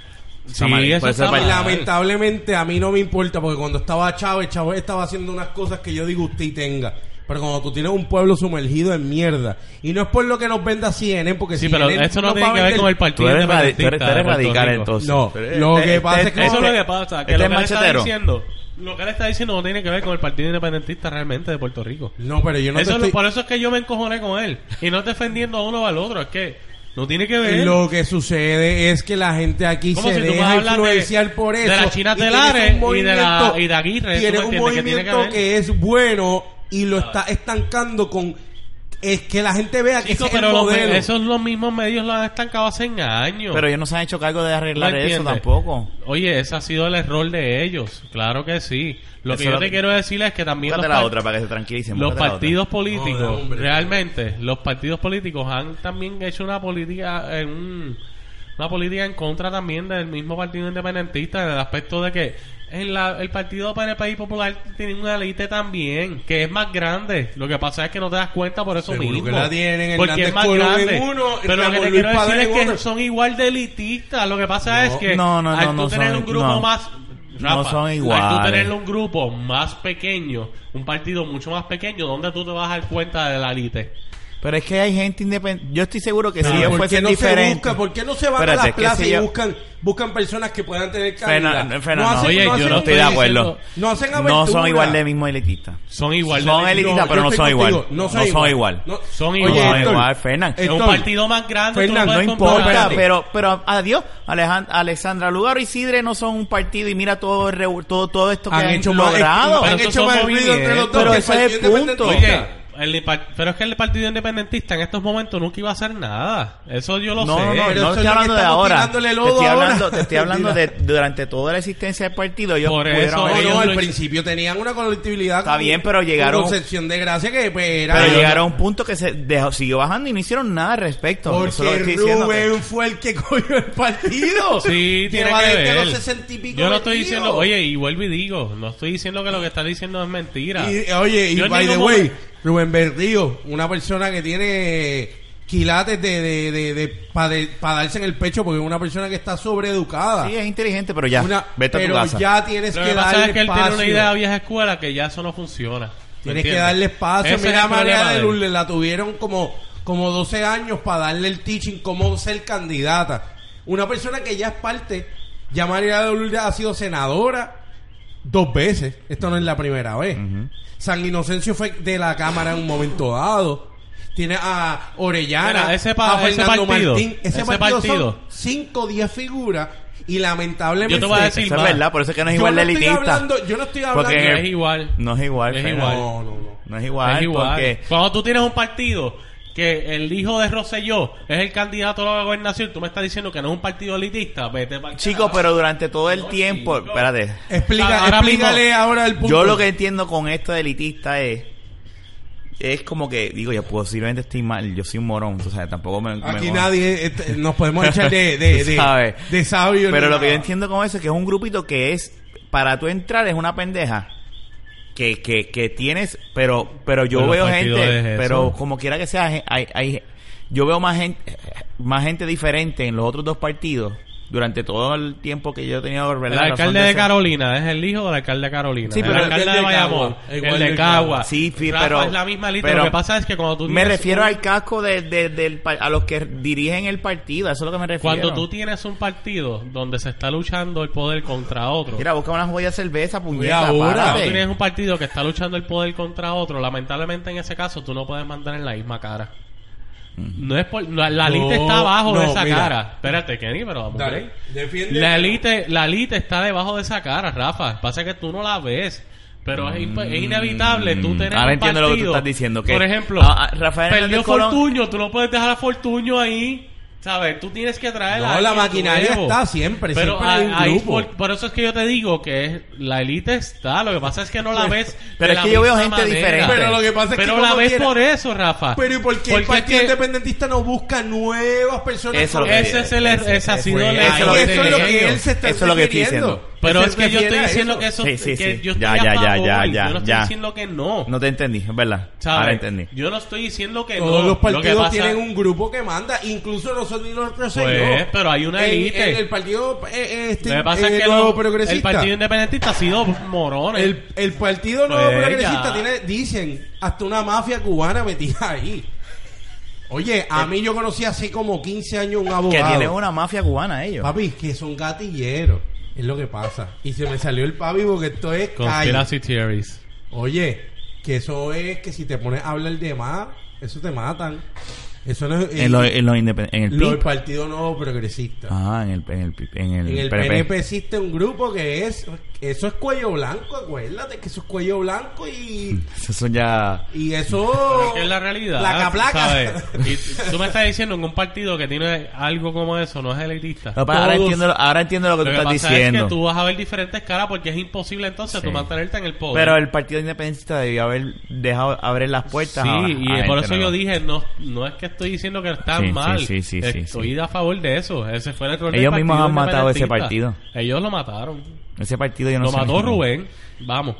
Speaker 2: Sí,
Speaker 1: Está mal. pues
Speaker 2: eso
Speaker 1: Por
Speaker 2: está
Speaker 1: para-
Speaker 2: mal.
Speaker 3: Lamentablemente a mí no me importa porque cuando estaba Chávez, Chávez estaba haciendo unas cosas que yo digo usted y tenga. Pero cuando tú tienes un pueblo sumergido en mierda. Y no es por lo que nos venda CNN, porque
Speaker 2: Sí, pero
Speaker 3: CNN
Speaker 2: eso no
Speaker 3: nos
Speaker 2: tiene
Speaker 3: va a
Speaker 2: que ver
Speaker 3: vender-
Speaker 2: con el partido
Speaker 1: Tú eres, radi- tú
Speaker 2: independentista
Speaker 1: eres- tú eres
Speaker 2: de Puerto
Speaker 1: radical
Speaker 2: Rico.
Speaker 1: entonces.
Speaker 3: No,
Speaker 1: Pero, eh,
Speaker 3: lo que
Speaker 1: eh,
Speaker 3: pasa es que-
Speaker 2: Eso
Speaker 1: este-
Speaker 2: es lo que pasa.
Speaker 1: este
Speaker 2: Que lo que él
Speaker 1: es
Speaker 2: está
Speaker 1: machetero.
Speaker 2: diciendo... Lo que él está diciendo no tiene que ver con el partido independentista realmente de Puerto Rico.
Speaker 3: No, pero yo no
Speaker 2: eso
Speaker 3: te
Speaker 2: es lo-
Speaker 3: estoy-
Speaker 2: Por eso es que yo me encojoné con él. Y no defendiendo a uno o al otro. Es que no tiene que ver.
Speaker 3: Lo que sucede es que la gente aquí
Speaker 2: Como
Speaker 3: se
Speaker 2: si tú me
Speaker 3: deja
Speaker 2: hablas de-
Speaker 3: influenciar por
Speaker 2: de
Speaker 3: eso.
Speaker 2: las chinas
Speaker 3: y tienes
Speaker 2: telares
Speaker 3: un
Speaker 2: y de
Speaker 3: movimiento-
Speaker 2: la- y de Aguirre, ¿tú me
Speaker 3: Tienes
Speaker 2: entiendes?
Speaker 3: un
Speaker 2: ¿Qué tiene que
Speaker 3: movimiento
Speaker 2: ver?
Speaker 3: que, es bueno y lo está estancando con... Es que la gente vea que
Speaker 2: Chico,
Speaker 3: ese es el
Speaker 2: pero los,
Speaker 3: modelo.
Speaker 2: esos los mismos medios lo han estancado hace años.
Speaker 1: Pero ellos no se han hecho cargo de arreglar
Speaker 2: No
Speaker 1: eso
Speaker 2: entiende.
Speaker 1: tampoco.
Speaker 2: Oye, ese ha sido el error de ellos. Claro que sí. Lo que
Speaker 1: Eso
Speaker 2: yo
Speaker 1: lo-
Speaker 2: te quiero decir es que también
Speaker 1: Búscate
Speaker 2: los,
Speaker 1: la
Speaker 2: par-
Speaker 1: otra para que se tranquilicen.
Speaker 2: los
Speaker 1: búscate la
Speaker 2: partidos
Speaker 3: No,
Speaker 2: políticos,
Speaker 3: hombre.
Speaker 2: realmente, los partidos políticos han también hecho una política en un- una política en contra también del mismo partido independentista en el aspecto de que en la- el partido PNP y Popular tiene una elite también que es más grande. Lo que pasa es que no te das cuenta por eso
Speaker 3: Seguro
Speaker 2: mismo.
Speaker 3: que la tienen,
Speaker 2: porque
Speaker 3: Hernández
Speaker 2: es más
Speaker 3: Colón en
Speaker 2: grande.
Speaker 3: uno,
Speaker 2: Pero lo
Speaker 3: Ramón
Speaker 2: que te
Speaker 3: Luis
Speaker 2: quiero decir
Speaker 3: Padre
Speaker 2: es
Speaker 3: en
Speaker 2: que
Speaker 3: otro.
Speaker 2: son igual de elitistas. Lo que pasa es que
Speaker 1: no, no,
Speaker 2: al
Speaker 1: no,
Speaker 2: tú
Speaker 1: no
Speaker 2: tener
Speaker 1: son-
Speaker 2: un grupo
Speaker 1: no.
Speaker 2: más
Speaker 1: No
Speaker 2: Rafa,
Speaker 1: son
Speaker 2: Al tú
Speaker 1: iguales.
Speaker 2: tener un grupo más pequeño, un partido mucho más pequeño, donde tú te vas a dar cuenta de la elite.
Speaker 1: otra. Pero es que hay gente independiente. Yo estoy seguro que si
Speaker 3: Pero
Speaker 1: ellos
Speaker 3: ¿por qué
Speaker 1: fuesen
Speaker 3: no
Speaker 1: diferentes...
Speaker 3: Se busca, ¿Por qué no se van
Speaker 1: Espérate,
Speaker 3: a
Speaker 1: es
Speaker 3: las
Speaker 1: que
Speaker 3: plazas
Speaker 1: si
Speaker 3: y
Speaker 1: yo-
Speaker 3: buscan, buscan personas que puedan tener
Speaker 1: Fena-
Speaker 3: calidad?
Speaker 1: Fena, no.
Speaker 2: Oye, yo
Speaker 3: hacen
Speaker 2: no
Speaker 1: estoy de
Speaker 2: estoy
Speaker 1: acuerdo.
Speaker 2: diciendo-
Speaker 3: No hacen
Speaker 1: No
Speaker 3: abertura.
Speaker 1: son igual de mismo elitistas.
Speaker 2: Son igual de
Speaker 1: Son
Speaker 2: elite.
Speaker 1: elitistas,
Speaker 3: No,
Speaker 1: pero
Speaker 3: yo
Speaker 1: no
Speaker 3: estoy
Speaker 1: son
Speaker 3: contigo.
Speaker 1: igual. No son igual.
Speaker 3: No-
Speaker 2: Son
Speaker 3: Oye,
Speaker 2: igual.
Speaker 1: No,
Speaker 3: Héctor,
Speaker 1: igual, Fernan.
Speaker 2: Es un
Speaker 3: Héctor,
Speaker 2: partido más grande. tú
Speaker 3: Fernan,
Speaker 1: No
Speaker 2: lo puedes
Speaker 1: importa,
Speaker 2: comparar.
Speaker 1: pero, pero adiós. Alejan- Alexandra Lugaro y Sidre no son un partido y mira todo, el revu- todo, todo esto que han,
Speaker 3: han hecho más,
Speaker 1: logrado.
Speaker 2: Pero
Speaker 3: han
Speaker 2: estos
Speaker 3: hecho
Speaker 2: son
Speaker 3: más ruido entre
Speaker 1: movimientos.
Speaker 3: los dos que el
Speaker 1: Pero ese es el
Speaker 3: partido
Speaker 1: punto.
Speaker 3: independentista.
Speaker 2: Oye, el par- pero es que el partido independentista en estos momentos nunca iba a hacer nada. Eso yo lo
Speaker 1: No,
Speaker 2: sé.
Speaker 1: no, no,
Speaker 3: pero
Speaker 1: no
Speaker 3: eso es
Speaker 1: estoy
Speaker 3: lo que
Speaker 1: hablando de
Speaker 3: estamos
Speaker 1: ahora. Te
Speaker 3: tirándole lodo
Speaker 1: estoy
Speaker 3: ahora.
Speaker 1: hablando, te estoy hablando de durante toda la existencia del partido. Ellos
Speaker 2: Por
Speaker 1: pudieron
Speaker 2: eso,
Speaker 1: haber-
Speaker 3: No,
Speaker 2: ellos
Speaker 3: no,
Speaker 2: lo-
Speaker 3: al principio tenían una colectividad.
Speaker 1: Está
Speaker 3: con-
Speaker 1: bien, pero llegaron-
Speaker 3: Con sección de gracia que pues, era.
Speaker 1: Pero llegaron a un punto que se dejó, siguió bajando y no hicieron nada al respecto. Eso es
Speaker 3: Porque
Speaker 1: lo que estoy diciendo. pues.
Speaker 3: Rubén fue el que cogió el partido.
Speaker 2: Sí, tiene
Speaker 3: Lleva
Speaker 2: que
Speaker 3: desde
Speaker 2: ver.
Speaker 3: los 60 y pico
Speaker 2: Yo no estoy
Speaker 3: metido.
Speaker 2: diciendo, oye, y vuelvo y digo, no estoy diciendo que lo que estás diciendo es mentira.
Speaker 3: Y, oye, y
Speaker 2: Yo en
Speaker 3: by the
Speaker 2: ningún
Speaker 3: way,
Speaker 2: momento-
Speaker 3: Rubén Berrío, una persona que tiene quilates de, de, de, para darse en el pecho porque es una persona que está sobreeducada.
Speaker 1: Sí, es inteligente, pero ya.
Speaker 3: Una-
Speaker 1: vete a tu
Speaker 3: pero
Speaker 1: casa.
Speaker 3: ya tienes
Speaker 2: Lo
Speaker 3: que
Speaker 2: que pasa
Speaker 3: darle
Speaker 2: es que él tiene
Speaker 3: espacio.
Speaker 2: una idea de vieja escuela que ya eso no funciona. ¿me
Speaker 3: Tienes que
Speaker 2: entiendes?
Speaker 3: darle espacio.
Speaker 2: Ese es
Speaker 3: Mira,
Speaker 2: el
Speaker 3: María
Speaker 2: problema
Speaker 3: de
Speaker 2: él.
Speaker 3: Lourdes la tuvieron como, como 12 años para darle el teaching, cómo ser candidata. Una persona que ya es parte, ya María de Lourdes ha sido senadora dos veces. Esto no es la primera vez. San Inocencio fue de la Cámara en un momento dado. Tiene a Orellana,
Speaker 2: Mira, ese pa-
Speaker 3: a
Speaker 2: ese
Speaker 3: Fernando
Speaker 2: partido,
Speaker 3: Martín. Ese,
Speaker 2: ese
Speaker 3: partido, son
Speaker 2: partido.
Speaker 3: 5 o 10 figuras y lamentablemente...
Speaker 2: Yo te voy a decir
Speaker 1: Eso es
Speaker 2: más.
Speaker 1: verdad, por eso es que no es
Speaker 3: Yo
Speaker 1: igual
Speaker 3: no
Speaker 1: de
Speaker 3: estoy
Speaker 1: elitista.
Speaker 3: hablando- yo no estoy hablando...
Speaker 1: Porque-
Speaker 2: No es igual.
Speaker 1: Eh, No es igual,
Speaker 2: Es
Speaker 1: Fernan.
Speaker 2: igual.
Speaker 3: No, no, no.
Speaker 1: No es igual,
Speaker 2: Es igual.
Speaker 1: porque
Speaker 2: Cuando tú tienes un partido que el hijo de Rosselló es el candidato a la gobernación, tú me estás diciendo que no es un partido elitista, vete para
Speaker 1: chicos, pero durante todo el tiempo,
Speaker 2: chico.
Speaker 1: espérate.
Speaker 3: Explica,
Speaker 2: Ahora
Speaker 3: explícale
Speaker 2: mismo,
Speaker 3: ahora el punto.
Speaker 1: Yo lo que entiendo con esto de elitista es es como que digo, yo posiblemente estoy mal, yo soy un morón, o sea, tampoco me me-
Speaker 3: Aquí nadie este, nos podemos echar de, de,
Speaker 1: Tú
Speaker 3: de,
Speaker 1: sabes.
Speaker 3: de sabio.
Speaker 1: Pero
Speaker 3: ni
Speaker 1: lo que yo
Speaker 3: nada.
Speaker 1: entiendo con eso es que es un grupito que es, para tú entrar es una pendeja. Que, que, que tienes, pero pero yo
Speaker 2: Pero
Speaker 1: veo
Speaker 2: los partidos
Speaker 1: gente,
Speaker 2: es eso.
Speaker 1: pero como quiera que sea, gen- hay, hay- yo veo más gente, más gente diferente en los otros dos partidos durante todo el tiempo que yo he tenido,
Speaker 2: El
Speaker 1: ¿verdad? razón
Speaker 2: alcalde de
Speaker 1: ser-
Speaker 2: Carolina es el hijo del alcalde de Carolina.
Speaker 1: Sí,
Speaker 2: el
Speaker 1: pero-
Speaker 2: alcalde de Bayamón,
Speaker 3: Cagua,
Speaker 2: el
Speaker 3: igual
Speaker 2: de
Speaker 3: de
Speaker 2: Cagua.
Speaker 3: Cagua.
Speaker 1: Sí, fi-
Speaker 2: Rafa
Speaker 1: pero.
Speaker 2: es la misma lista.
Speaker 1: pero
Speaker 2: Lo que pasa es que cuando tú
Speaker 1: Me
Speaker 2: tienes
Speaker 1: refiero
Speaker 2: un-
Speaker 1: al casco de, de- del, pa- a los que dirigen el partido. a Eso es lo que me refiero.
Speaker 2: Cuando tú tienes un partido donde se está luchando el poder contra otro.
Speaker 1: Mira, busca una joya de cerveza, puñeta,
Speaker 3: ahora,
Speaker 2: Cuando tú
Speaker 1: párate.
Speaker 2: tienes un partido que está luchando el poder contra otro, lamentablemente en ese caso tú no puedes mantener la misma cara. No es por, la, la
Speaker 3: No,
Speaker 2: elite está abajo de
Speaker 3: no,
Speaker 2: esa
Speaker 3: mira.
Speaker 2: cara. Espérate, Kenny, pero vamos.
Speaker 3: Dale,
Speaker 2: break.
Speaker 3: defiende.
Speaker 2: La elite, la elite está debajo de esa cara, Rafa. Pasa que tú no la ves. Pero es, imp- es inevitable tú tener
Speaker 1: Mm. Ahora
Speaker 2: un
Speaker 1: entiendo lo que tú
Speaker 2: partido,
Speaker 1: estás diciendo, que-
Speaker 2: por ejemplo,
Speaker 1: Ah, ah, Rafael
Speaker 2: perdió
Speaker 1: Hernández Colón-
Speaker 2: Fortuño. Tú no puedes dejar a Fortuño ahí. ¿Sabes? Tú tienes que traer
Speaker 3: No,
Speaker 2: a
Speaker 3: la
Speaker 2: alguien
Speaker 3: maquinaria
Speaker 2: nuevo.
Speaker 3: está siempre,
Speaker 2: Pero
Speaker 3: siempre hay un
Speaker 2: ahí
Speaker 3: grupo.
Speaker 2: por, por eso es que yo te digo que es- la elite está. Lo que pasa es que no la ves.
Speaker 1: Pero
Speaker 2: de
Speaker 1: es
Speaker 2: la
Speaker 1: que yo veo
Speaker 2: misma
Speaker 1: gente
Speaker 2: manera.
Speaker 1: diferente.
Speaker 3: Pero lo que pasa es que
Speaker 2: Pero
Speaker 3: como
Speaker 2: la ves
Speaker 3: quiera-
Speaker 2: por eso, Rafa.
Speaker 3: Pero ¿y por qué
Speaker 2: Porque
Speaker 3: el
Speaker 2: es
Speaker 3: Partido
Speaker 2: que-
Speaker 3: Independentista no busca nuevas personas?
Speaker 1: Eso lo que-
Speaker 2: ese es el, er,
Speaker 1: Ese-
Speaker 2: ese ha
Speaker 1: ese
Speaker 2: sido
Speaker 1: fue-
Speaker 2: el
Speaker 1: eso es lo
Speaker 3: Ahí
Speaker 1: que
Speaker 3: eso es
Speaker 1: estoy
Speaker 3: lo que
Speaker 1: diciendo.
Speaker 3: él se está
Speaker 1: Eso es lo que estoy
Speaker 3: refiriendo.
Speaker 1: diciendo.
Speaker 2: Pero
Speaker 3: Él
Speaker 2: es
Speaker 3: se
Speaker 2: que yo
Speaker 3: refiere
Speaker 2: estoy
Speaker 3: a
Speaker 2: diciendo
Speaker 3: eso.
Speaker 2: que eso
Speaker 1: Sí, sí,
Speaker 2: que
Speaker 1: sí.
Speaker 2: yo
Speaker 1: Ya,
Speaker 2: estoy a
Speaker 1: ya, ya,
Speaker 2: favor.
Speaker 1: ya, ya,
Speaker 2: yo no estoy
Speaker 1: ya.
Speaker 2: diciendo que no.
Speaker 1: No te entendí, es verdad.
Speaker 2: ¿sabes?
Speaker 1: Ahora entendí.
Speaker 2: Yo no estoy diciendo que
Speaker 3: Todos
Speaker 2: no.
Speaker 3: los
Speaker 2: Lo que
Speaker 3: partidos
Speaker 2: pasa-
Speaker 3: tienen un grupo que manda, incluso nosotros y los
Speaker 2: Pues, pero hay una élite.
Speaker 3: el partido eh, eh, este,
Speaker 2: Lo que pasa
Speaker 3: eh,
Speaker 2: es que
Speaker 3: nuevo
Speaker 2: lo- el
Speaker 3: progresista.
Speaker 2: partido independentista ha sido morón.
Speaker 3: El, el partido nuevo
Speaker 2: Pues,
Speaker 3: progresista
Speaker 2: ya.
Speaker 3: tiene, dicen, hasta una mafia cubana metida ahí. Oye,
Speaker 1: Eh.
Speaker 3: a mí yo conocí hace como 15 años un
Speaker 1: Que
Speaker 3: abogado.
Speaker 1: tienen una mafia cubana ellos.
Speaker 3: Papi, que son gatilleros. Es lo que pasa. Y se me salió el papi porque esto es calle.
Speaker 2: Conspiracy theories.
Speaker 3: Oye, que eso es que si te pones a hablar de más, eso te matan. Eso no es. eh,
Speaker 1: en, los en, los independ- en el
Speaker 3: lo del
Speaker 1: PIB.
Speaker 3: Partido Nuevo Progresista.
Speaker 1: Ah, en el, en el, PIB, en el,
Speaker 3: En el
Speaker 1: PNP.
Speaker 3: PNP. existe un grupo que es. Eso es cuello blanco, acuérdate que eso es cuello blanco y.
Speaker 1: Eso son ya...
Speaker 3: Y eso.
Speaker 2: Que es la realidad.
Speaker 3: Placa, placa.
Speaker 2: ¿sabes? Y tú me estás diciendo que un partido que tiene algo como eso no es elitista.
Speaker 1: No, pero ahora,
Speaker 3: Todos-
Speaker 1: entiendo, lo- ahora entiendo lo que
Speaker 2: Lo
Speaker 1: tú
Speaker 2: que
Speaker 1: estás
Speaker 2: pasa
Speaker 1: diciendo.
Speaker 2: es que tú vas a ver diferentes caras porque es imposible entonces
Speaker 1: Sí.
Speaker 2: tú mantenerte en el poder.
Speaker 1: Pero el Partido Independentista debió haber dejado abrir las puertas.
Speaker 2: Sí,
Speaker 1: a-
Speaker 2: y
Speaker 1: a
Speaker 2: por
Speaker 1: gente
Speaker 2: eso yo
Speaker 1: nueva.
Speaker 2: dije, no, no es que estoy diciendo que están
Speaker 1: Sí, sí,
Speaker 2: mal.
Speaker 1: sí, sí, sí,
Speaker 2: Estoy
Speaker 1: sí.
Speaker 2: a favor de eso. Ese fue el error del
Speaker 1: Ellos mismos
Speaker 2: partido
Speaker 1: han matado ese
Speaker 2: independentista.
Speaker 1: partido.
Speaker 2: Ellos lo mataron.
Speaker 1: Ese partido yo no
Speaker 2: lo
Speaker 1: sé.
Speaker 2: mató Rubén. Vamos.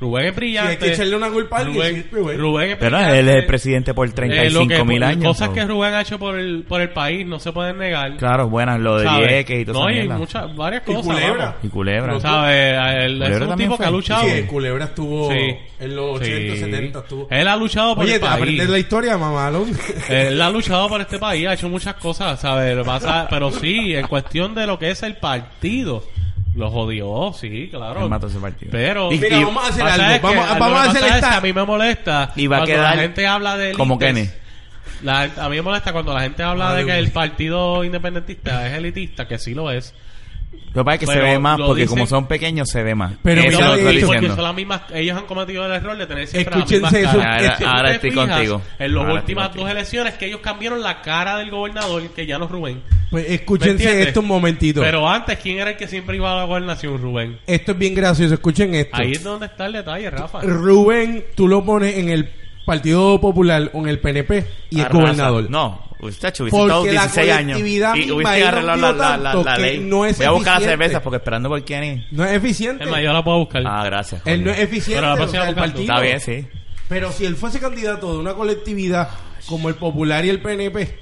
Speaker 2: Rubén es
Speaker 3: Si hay
Speaker 2: brillante.
Speaker 3: que echarle una culpa a alguien.
Speaker 2: Rubén,
Speaker 3: sí, Rubén.
Speaker 2: Rubén es
Speaker 1: Pero
Speaker 2: brillante.
Speaker 1: él es el presidente por
Speaker 2: Eh, lo que-
Speaker 1: 35 mil años.
Speaker 2: Cosas
Speaker 1: so-
Speaker 2: que Rubén ha hecho por el, por el país no se pueden negar.
Speaker 1: Claro, buenas, lo de
Speaker 2: ¿sabes?
Speaker 1: Dieques y todo
Speaker 2: No, y
Speaker 1: eso.
Speaker 2: muchas, varias
Speaker 3: Y
Speaker 2: cosas.
Speaker 3: Culebra.
Speaker 2: vamos.
Speaker 1: Y Culebra.
Speaker 2: ¿Sabes? Él-
Speaker 1: Culebra
Speaker 2: Es un
Speaker 1: también
Speaker 2: tipo que
Speaker 1: fue.
Speaker 2: ha luchado.
Speaker 3: Sí, en Culebra estuvo.
Speaker 2: Sí.
Speaker 3: En los
Speaker 2: Sí.
Speaker 3: 80, 70 estuvo.
Speaker 2: Él ha luchado por
Speaker 3: Oye,
Speaker 2: el
Speaker 3: ¿te
Speaker 2: país.
Speaker 3: aprendes la historia, mamalón?
Speaker 2: Él ha luchado por este país, ha hecho muchas cosas, ¿sabes? Lo pasa- pero sí, en cuestión de lo que es el partido, lo jodió, sí, claro.
Speaker 1: Él mató ese partido.
Speaker 2: Pero
Speaker 1: Y-
Speaker 3: Mira,
Speaker 1: y-
Speaker 3: vamos a hacer
Speaker 2: pasa es
Speaker 3: algo.
Speaker 2: que
Speaker 3: Vamos,
Speaker 2: lo
Speaker 3: vamos
Speaker 2: que
Speaker 3: a hacer
Speaker 2: pasa es que
Speaker 3: esta.
Speaker 2: a mí me molesta.
Speaker 1: Y va a
Speaker 2: cuando
Speaker 1: quedar
Speaker 2: la gente habla de élites.
Speaker 1: como Kenny.
Speaker 2: La- a mí me molesta cuando la gente habla de
Speaker 3: Madre
Speaker 2: que el
Speaker 3: mía.
Speaker 2: partido independentista es elitista, que sí lo es.
Speaker 1: Lo que pasa es que se
Speaker 2: Pero
Speaker 1: ve más,
Speaker 2: lo
Speaker 1: porque
Speaker 2: dicen-
Speaker 1: como son pequeños se ve más.
Speaker 3: Pero
Speaker 1: Eso
Speaker 3: mira
Speaker 1: es lo que
Speaker 3: esto,
Speaker 1: estoy
Speaker 2: porque
Speaker 1: diciendo.
Speaker 2: son las mismas, ellos han cometido el error de tener siempre las
Speaker 3: Escúchense
Speaker 2: mismas
Speaker 3: eso.
Speaker 2: caras.
Speaker 1: Ahora-
Speaker 2: Si tú
Speaker 1: ahora
Speaker 2: te
Speaker 1: estoy
Speaker 2: fijas,
Speaker 1: contigo.
Speaker 2: En las
Speaker 1: Ahora estoy
Speaker 2: últimas
Speaker 1: contigo.
Speaker 2: dos elecciones que ellos cambiaron la cara del gobernador, que ya no es Rubén.
Speaker 3: Pues
Speaker 2: ¿Me
Speaker 3: escúchense
Speaker 2: entiendes?
Speaker 3: esto un momentito.
Speaker 2: Pero antes, ¿quién era el que siempre iba a la gobernación? Rubén.
Speaker 3: Esto es bien gracioso, escuchen esto.
Speaker 2: Ahí es donde está el detalle, Rafa.
Speaker 3: Rubén, tú lo pones en el Partido Popular o en el PNP y es
Speaker 1: Arrasa.
Speaker 3: gobernador.
Speaker 1: No, usted ha hubiese estado
Speaker 3: Porque la
Speaker 1: 16 años.
Speaker 3: colectividad
Speaker 1: Y
Speaker 3: misma
Speaker 1: hubiese
Speaker 3: ahí
Speaker 1: arreglado la,
Speaker 3: rompió
Speaker 1: la, la,
Speaker 3: tanto
Speaker 1: la
Speaker 3: que
Speaker 1: ley.
Speaker 3: no es
Speaker 1: Voy a buscar las
Speaker 3: eficiente.
Speaker 1: cervezas porque esperando por Kenny.
Speaker 3: No es eficiente.
Speaker 2: Es más, yo la puedo buscar.
Speaker 1: Ah, gracias.
Speaker 3: Él
Speaker 1: coño.
Speaker 3: no es eficiente.
Speaker 2: Pero la
Speaker 3: o sea,
Speaker 2: próxima
Speaker 3: el
Speaker 2: buscando.
Speaker 3: partido.
Speaker 1: Está bien, sí.
Speaker 3: Pero si él fuese candidato de una colectividad como el Popular y el PNP,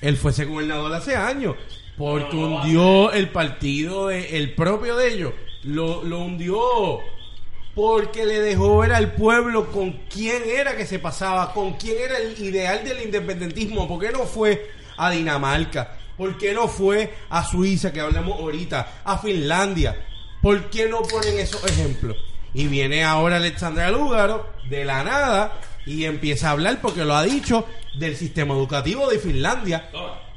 Speaker 3: él fuese gobernador hace años. Porque hundió el partido, de- el propio de ellos. Lo, lo hundió. Porque le dejó ver al pueblo con quién era que se pasaba, con quién era el ideal del independentismo. ¿Por qué no fue a Dinamarca? ¿Por qué no fue a Suiza, que hablamos ahorita? A Finlandia. ¿Por qué no ponen esos ejemplos? Y viene ahora Alexandra Lúgaro de la nada y empieza a hablar porque lo ha dicho del sistema educativo de Finlandia.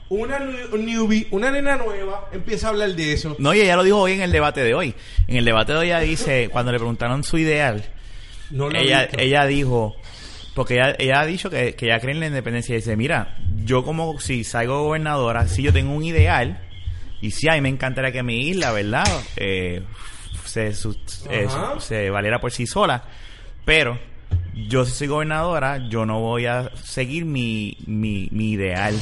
Speaker 3: Una nu- newbie, una nena nueva, empieza a hablar de eso.
Speaker 1: No, y ella lo dijo hoy en el debate de hoy. En el debate de hoy ella dice, cuando le preguntaron su ideal,
Speaker 3: No lo ha
Speaker 1: ella,
Speaker 3: visto.
Speaker 1: ella dijo, porque ella, ella ha dicho que, que ella cree en la independencia. Y dice, mira, yo como si salgo gobernadora, si yo tengo un ideal, y si a mí me encantaría que mi isla, ¿verdad? Eh, se, su- eh,
Speaker 3: Ajá.
Speaker 1: se valiera por sí sola. Pero yo si soy gobernadora, yo no voy a seguir mi, mi, mi ideal.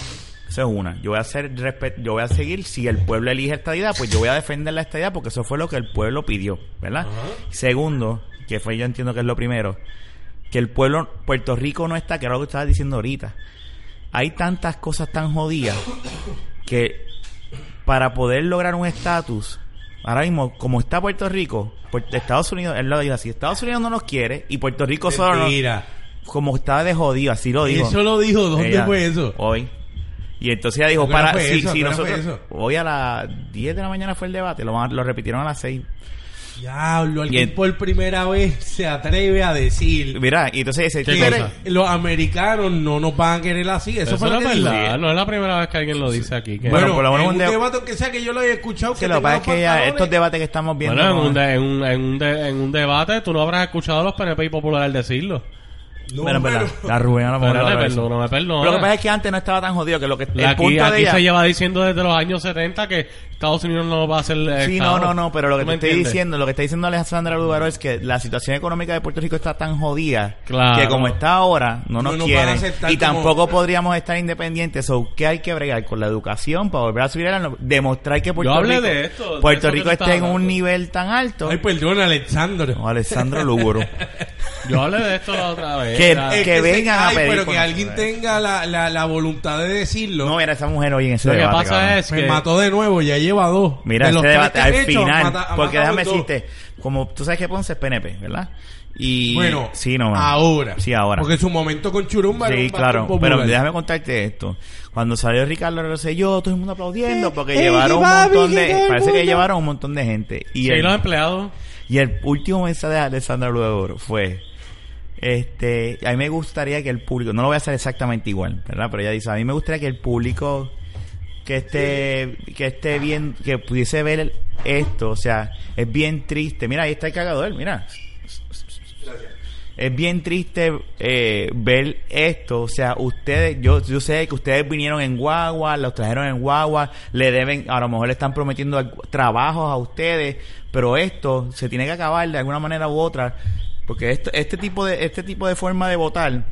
Speaker 1: Esa es una. Yo voy a hacer respe- yo voy a seguir si el pueblo elige esta idea, pues yo voy a defender la estadía porque eso fue lo que el pueblo pidió, ¿verdad?
Speaker 3: Ajá.
Speaker 1: Segundo, que fue yo entiendo que es lo primero, que el pueblo Puerto Rico no está, que era lo que estabas diciendo ahorita. Hay tantas cosas tan jodidas que para poder lograr un estatus, ahora mismo, como está Puerto Rico, Puer- Estados Unidos, él lo dijo así, Estados Unidos no nos quiere y Puerto Rico solo nos-
Speaker 3: Mira,
Speaker 1: como está de jodido, así lo dijo.
Speaker 3: eso lo dijo, ¿dónde
Speaker 1: Ella,
Speaker 3: fue eso?
Speaker 1: Hoy. Y entonces ella dijo,
Speaker 3: ¿A qué hora
Speaker 1: para,
Speaker 3: fue
Speaker 1: si,
Speaker 3: eso? ¿A
Speaker 1: si
Speaker 3: qué hora fue
Speaker 1: nosotros,
Speaker 3: eso?
Speaker 1: hoy a las 10 de la mañana fue el debate, lo, van a- lo repitieron a las 6.
Speaker 3: Diablo, alguien
Speaker 1: Y-
Speaker 3: por primera vez se atreve a decir
Speaker 1: Mira, y entonces dice,
Speaker 2: ¿Qué
Speaker 1: "Tú
Speaker 3: que
Speaker 1: eres-
Speaker 2: cosa?
Speaker 3: los americanos no nos van a querer así. Eso,
Speaker 2: Eso,
Speaker 3: fue lo
Speaker 2: no es
Speaker 3: que dijo.
Speaker 2: verdad. No es la primera vez que alguien lo dice aquí. que-
Speaker 1: Bueno,
Speaker 3: Bueno,
Speaker 1: por lo menos
Speaker 3: en
Speaker 1: un
Speaker 3: un
Speaker 1: de-
Speaker 3: debate que sea que yo lo haya escuchado.
Speaker 1: Sí, lo que pasa es que ya estos
Speaker 3: debates...
Speaker 1: debates que estamos viendo...
Speaker 2: Bueno, en un,
Speaker 1: no-
Speaker 2: de- en, un, en, un de- en un debate tú no habrás escuchado a los PNP y Popular decirlo.
Speaker 1: Mira, en verdad, la Rubén a lo mejor
Speaker 2: Perdóname,
Speaker 1: habla de eso.
Speaker 2: perdóname,
Speaker 1: Lo que pasa
Speaker 2: perdóname.
Speaker 1: es que antes no estaba tan jodido que lo que el
Speaker 2: eh. Aquí,
Speaker 1: punto de
Speaker 2: aquí
Speaker 1: ella-
Speaker 2: se lleva diciendo desde los años 70 que Estados Unidos no va a ser... eh,
Speaker 1: Sí, no,
Speaker 2: Estado.
Speaker 1: no, no, pero lo que
Speaker 2: ¿Tú
Speaker 1: te
Speaker 2: me
Speaker 1: estoy
Speaker 2: entiendes?
Speaker 1: diciendo, lo que está diciendo Alejandra Lugaro es que la situación económica de Puerto Rico está tan jodida
Speaker 2: Claro.
Speaker 1: que como está ahora no nos
Speaker 3: No nos van a
Speaker 1: quieren
Speaker 3: aceptar
Speaker 1: y
Speaker 3: como-
Speaker 1: tampoco podríamos estar independientes. O que hay que bregar con la educación para volver a subir a la no- demostrar que Puerto
Speaker 2: Yo hablé
Speaker 1: Rico,
Speaker 2: de esto, de
Speaker 1: Puerto
Speaker 2: esto que
Speaker 1: Rico
Speaker 2: tú
Speaker 1: está
Speaker 2: estabas
Speaker 1: en un
Speaker 2: hablando. pues.
Speaker 1: nivel tan alto.
Speaker 3: Ay, perdón, Alexander.
Speaker 1: No, Alejandra Lugaro.
Speaker 2: Yo hablé de esto la otra vez.
Speaker 1: Que-
Speaker 2: ya.
Speaker 1: que-
Speaker 3: se
Speaker 1: vengan a
Speaker 3: cae,
Speaker 1: pedir
Speaker 3: Pero
Speaker 1: con
Speaker 3: que alguien
Speaker 1: nosotros.
Speaker 3: tenga la, la, la voluntad de decirlo.
Speaker 1: no, mira esa mujer hoy en ese
Speaker 2: Lo que
Speaker 1: debate,
Speaker 2: pasa
Speaker 1: cabrón.
Speaker 2: es
Speaker 3: me
Speaker 2: que...
Speaker 3: mató de nuevo, ya lleva dos.
Speaker 1: Mira,
Speaker 3: De los
Speaker 1: este
Speaker 3: tres
Speaker 1: debate
Speaker 3: que
Speaker 1: al
Speaker 3: he hecho,
Speaker 1: final,
Speaker 3: ha mata- ha
Speaker 1: porque
Speaker 3: matado
Speaker 1: déjame
Speaker 3: dos.
Speaker 1: decirte, como tú sabes que Ponce es PNP, ¿verdad? Y
Speaker 3: Bueno,
Speaker 1: sí, no,
Speaker 3: ahora.
Speaker 1: Sí, ahora.
Speaker 3: Porque su momento con Churumba era
Speaker 1: Sí,
Speaker 3: un
Speaker 1: claro.
Speaker 3: bastón
Speaker 1: Pero
Speaker 3: popular.
Speaker 1: déjame contarte esto. Cuando salió Ricardo Rosselló, todo el mundo aplaudiendo porque
Speaker 3: eh,
Speaker 1: llevaron un
Speaker 3: papi,
Speaker 1: montón
Speaker 3: que todo
Speaker 1: de...
Speaker 3: el
Speaker 1: Parece que
Speaker 3: mundo.
Speaker 1: llevaron un montón de gente. Y,
Speaker 2: Sí,
Speaker 1: el,
Speaker 2: los empleados.
Speaker 1: y el último mensaje de Alessandra Luego fue... Este, a mí me gustaría que el público, no lo voy a hacer exactamente igual, ¿verdad? Pero ella dice, a mí me gustaría que el público que esté, que esté bien, que pudiese ver el- esto, o sea, es bien triste. Mira, ahí está el cagador, mira. Es bien triste eh, ver esto. O sea, ustedes, yo, yo sé que ustedes vinieron en guagua, los trajeron en guagua, le deben, a lo mejor le están prometiendo al- trabajos a ustedes, pero esto se tiene que acabar de alguna manera u otra, porque esto, este tipo de, este tipo de forma de votar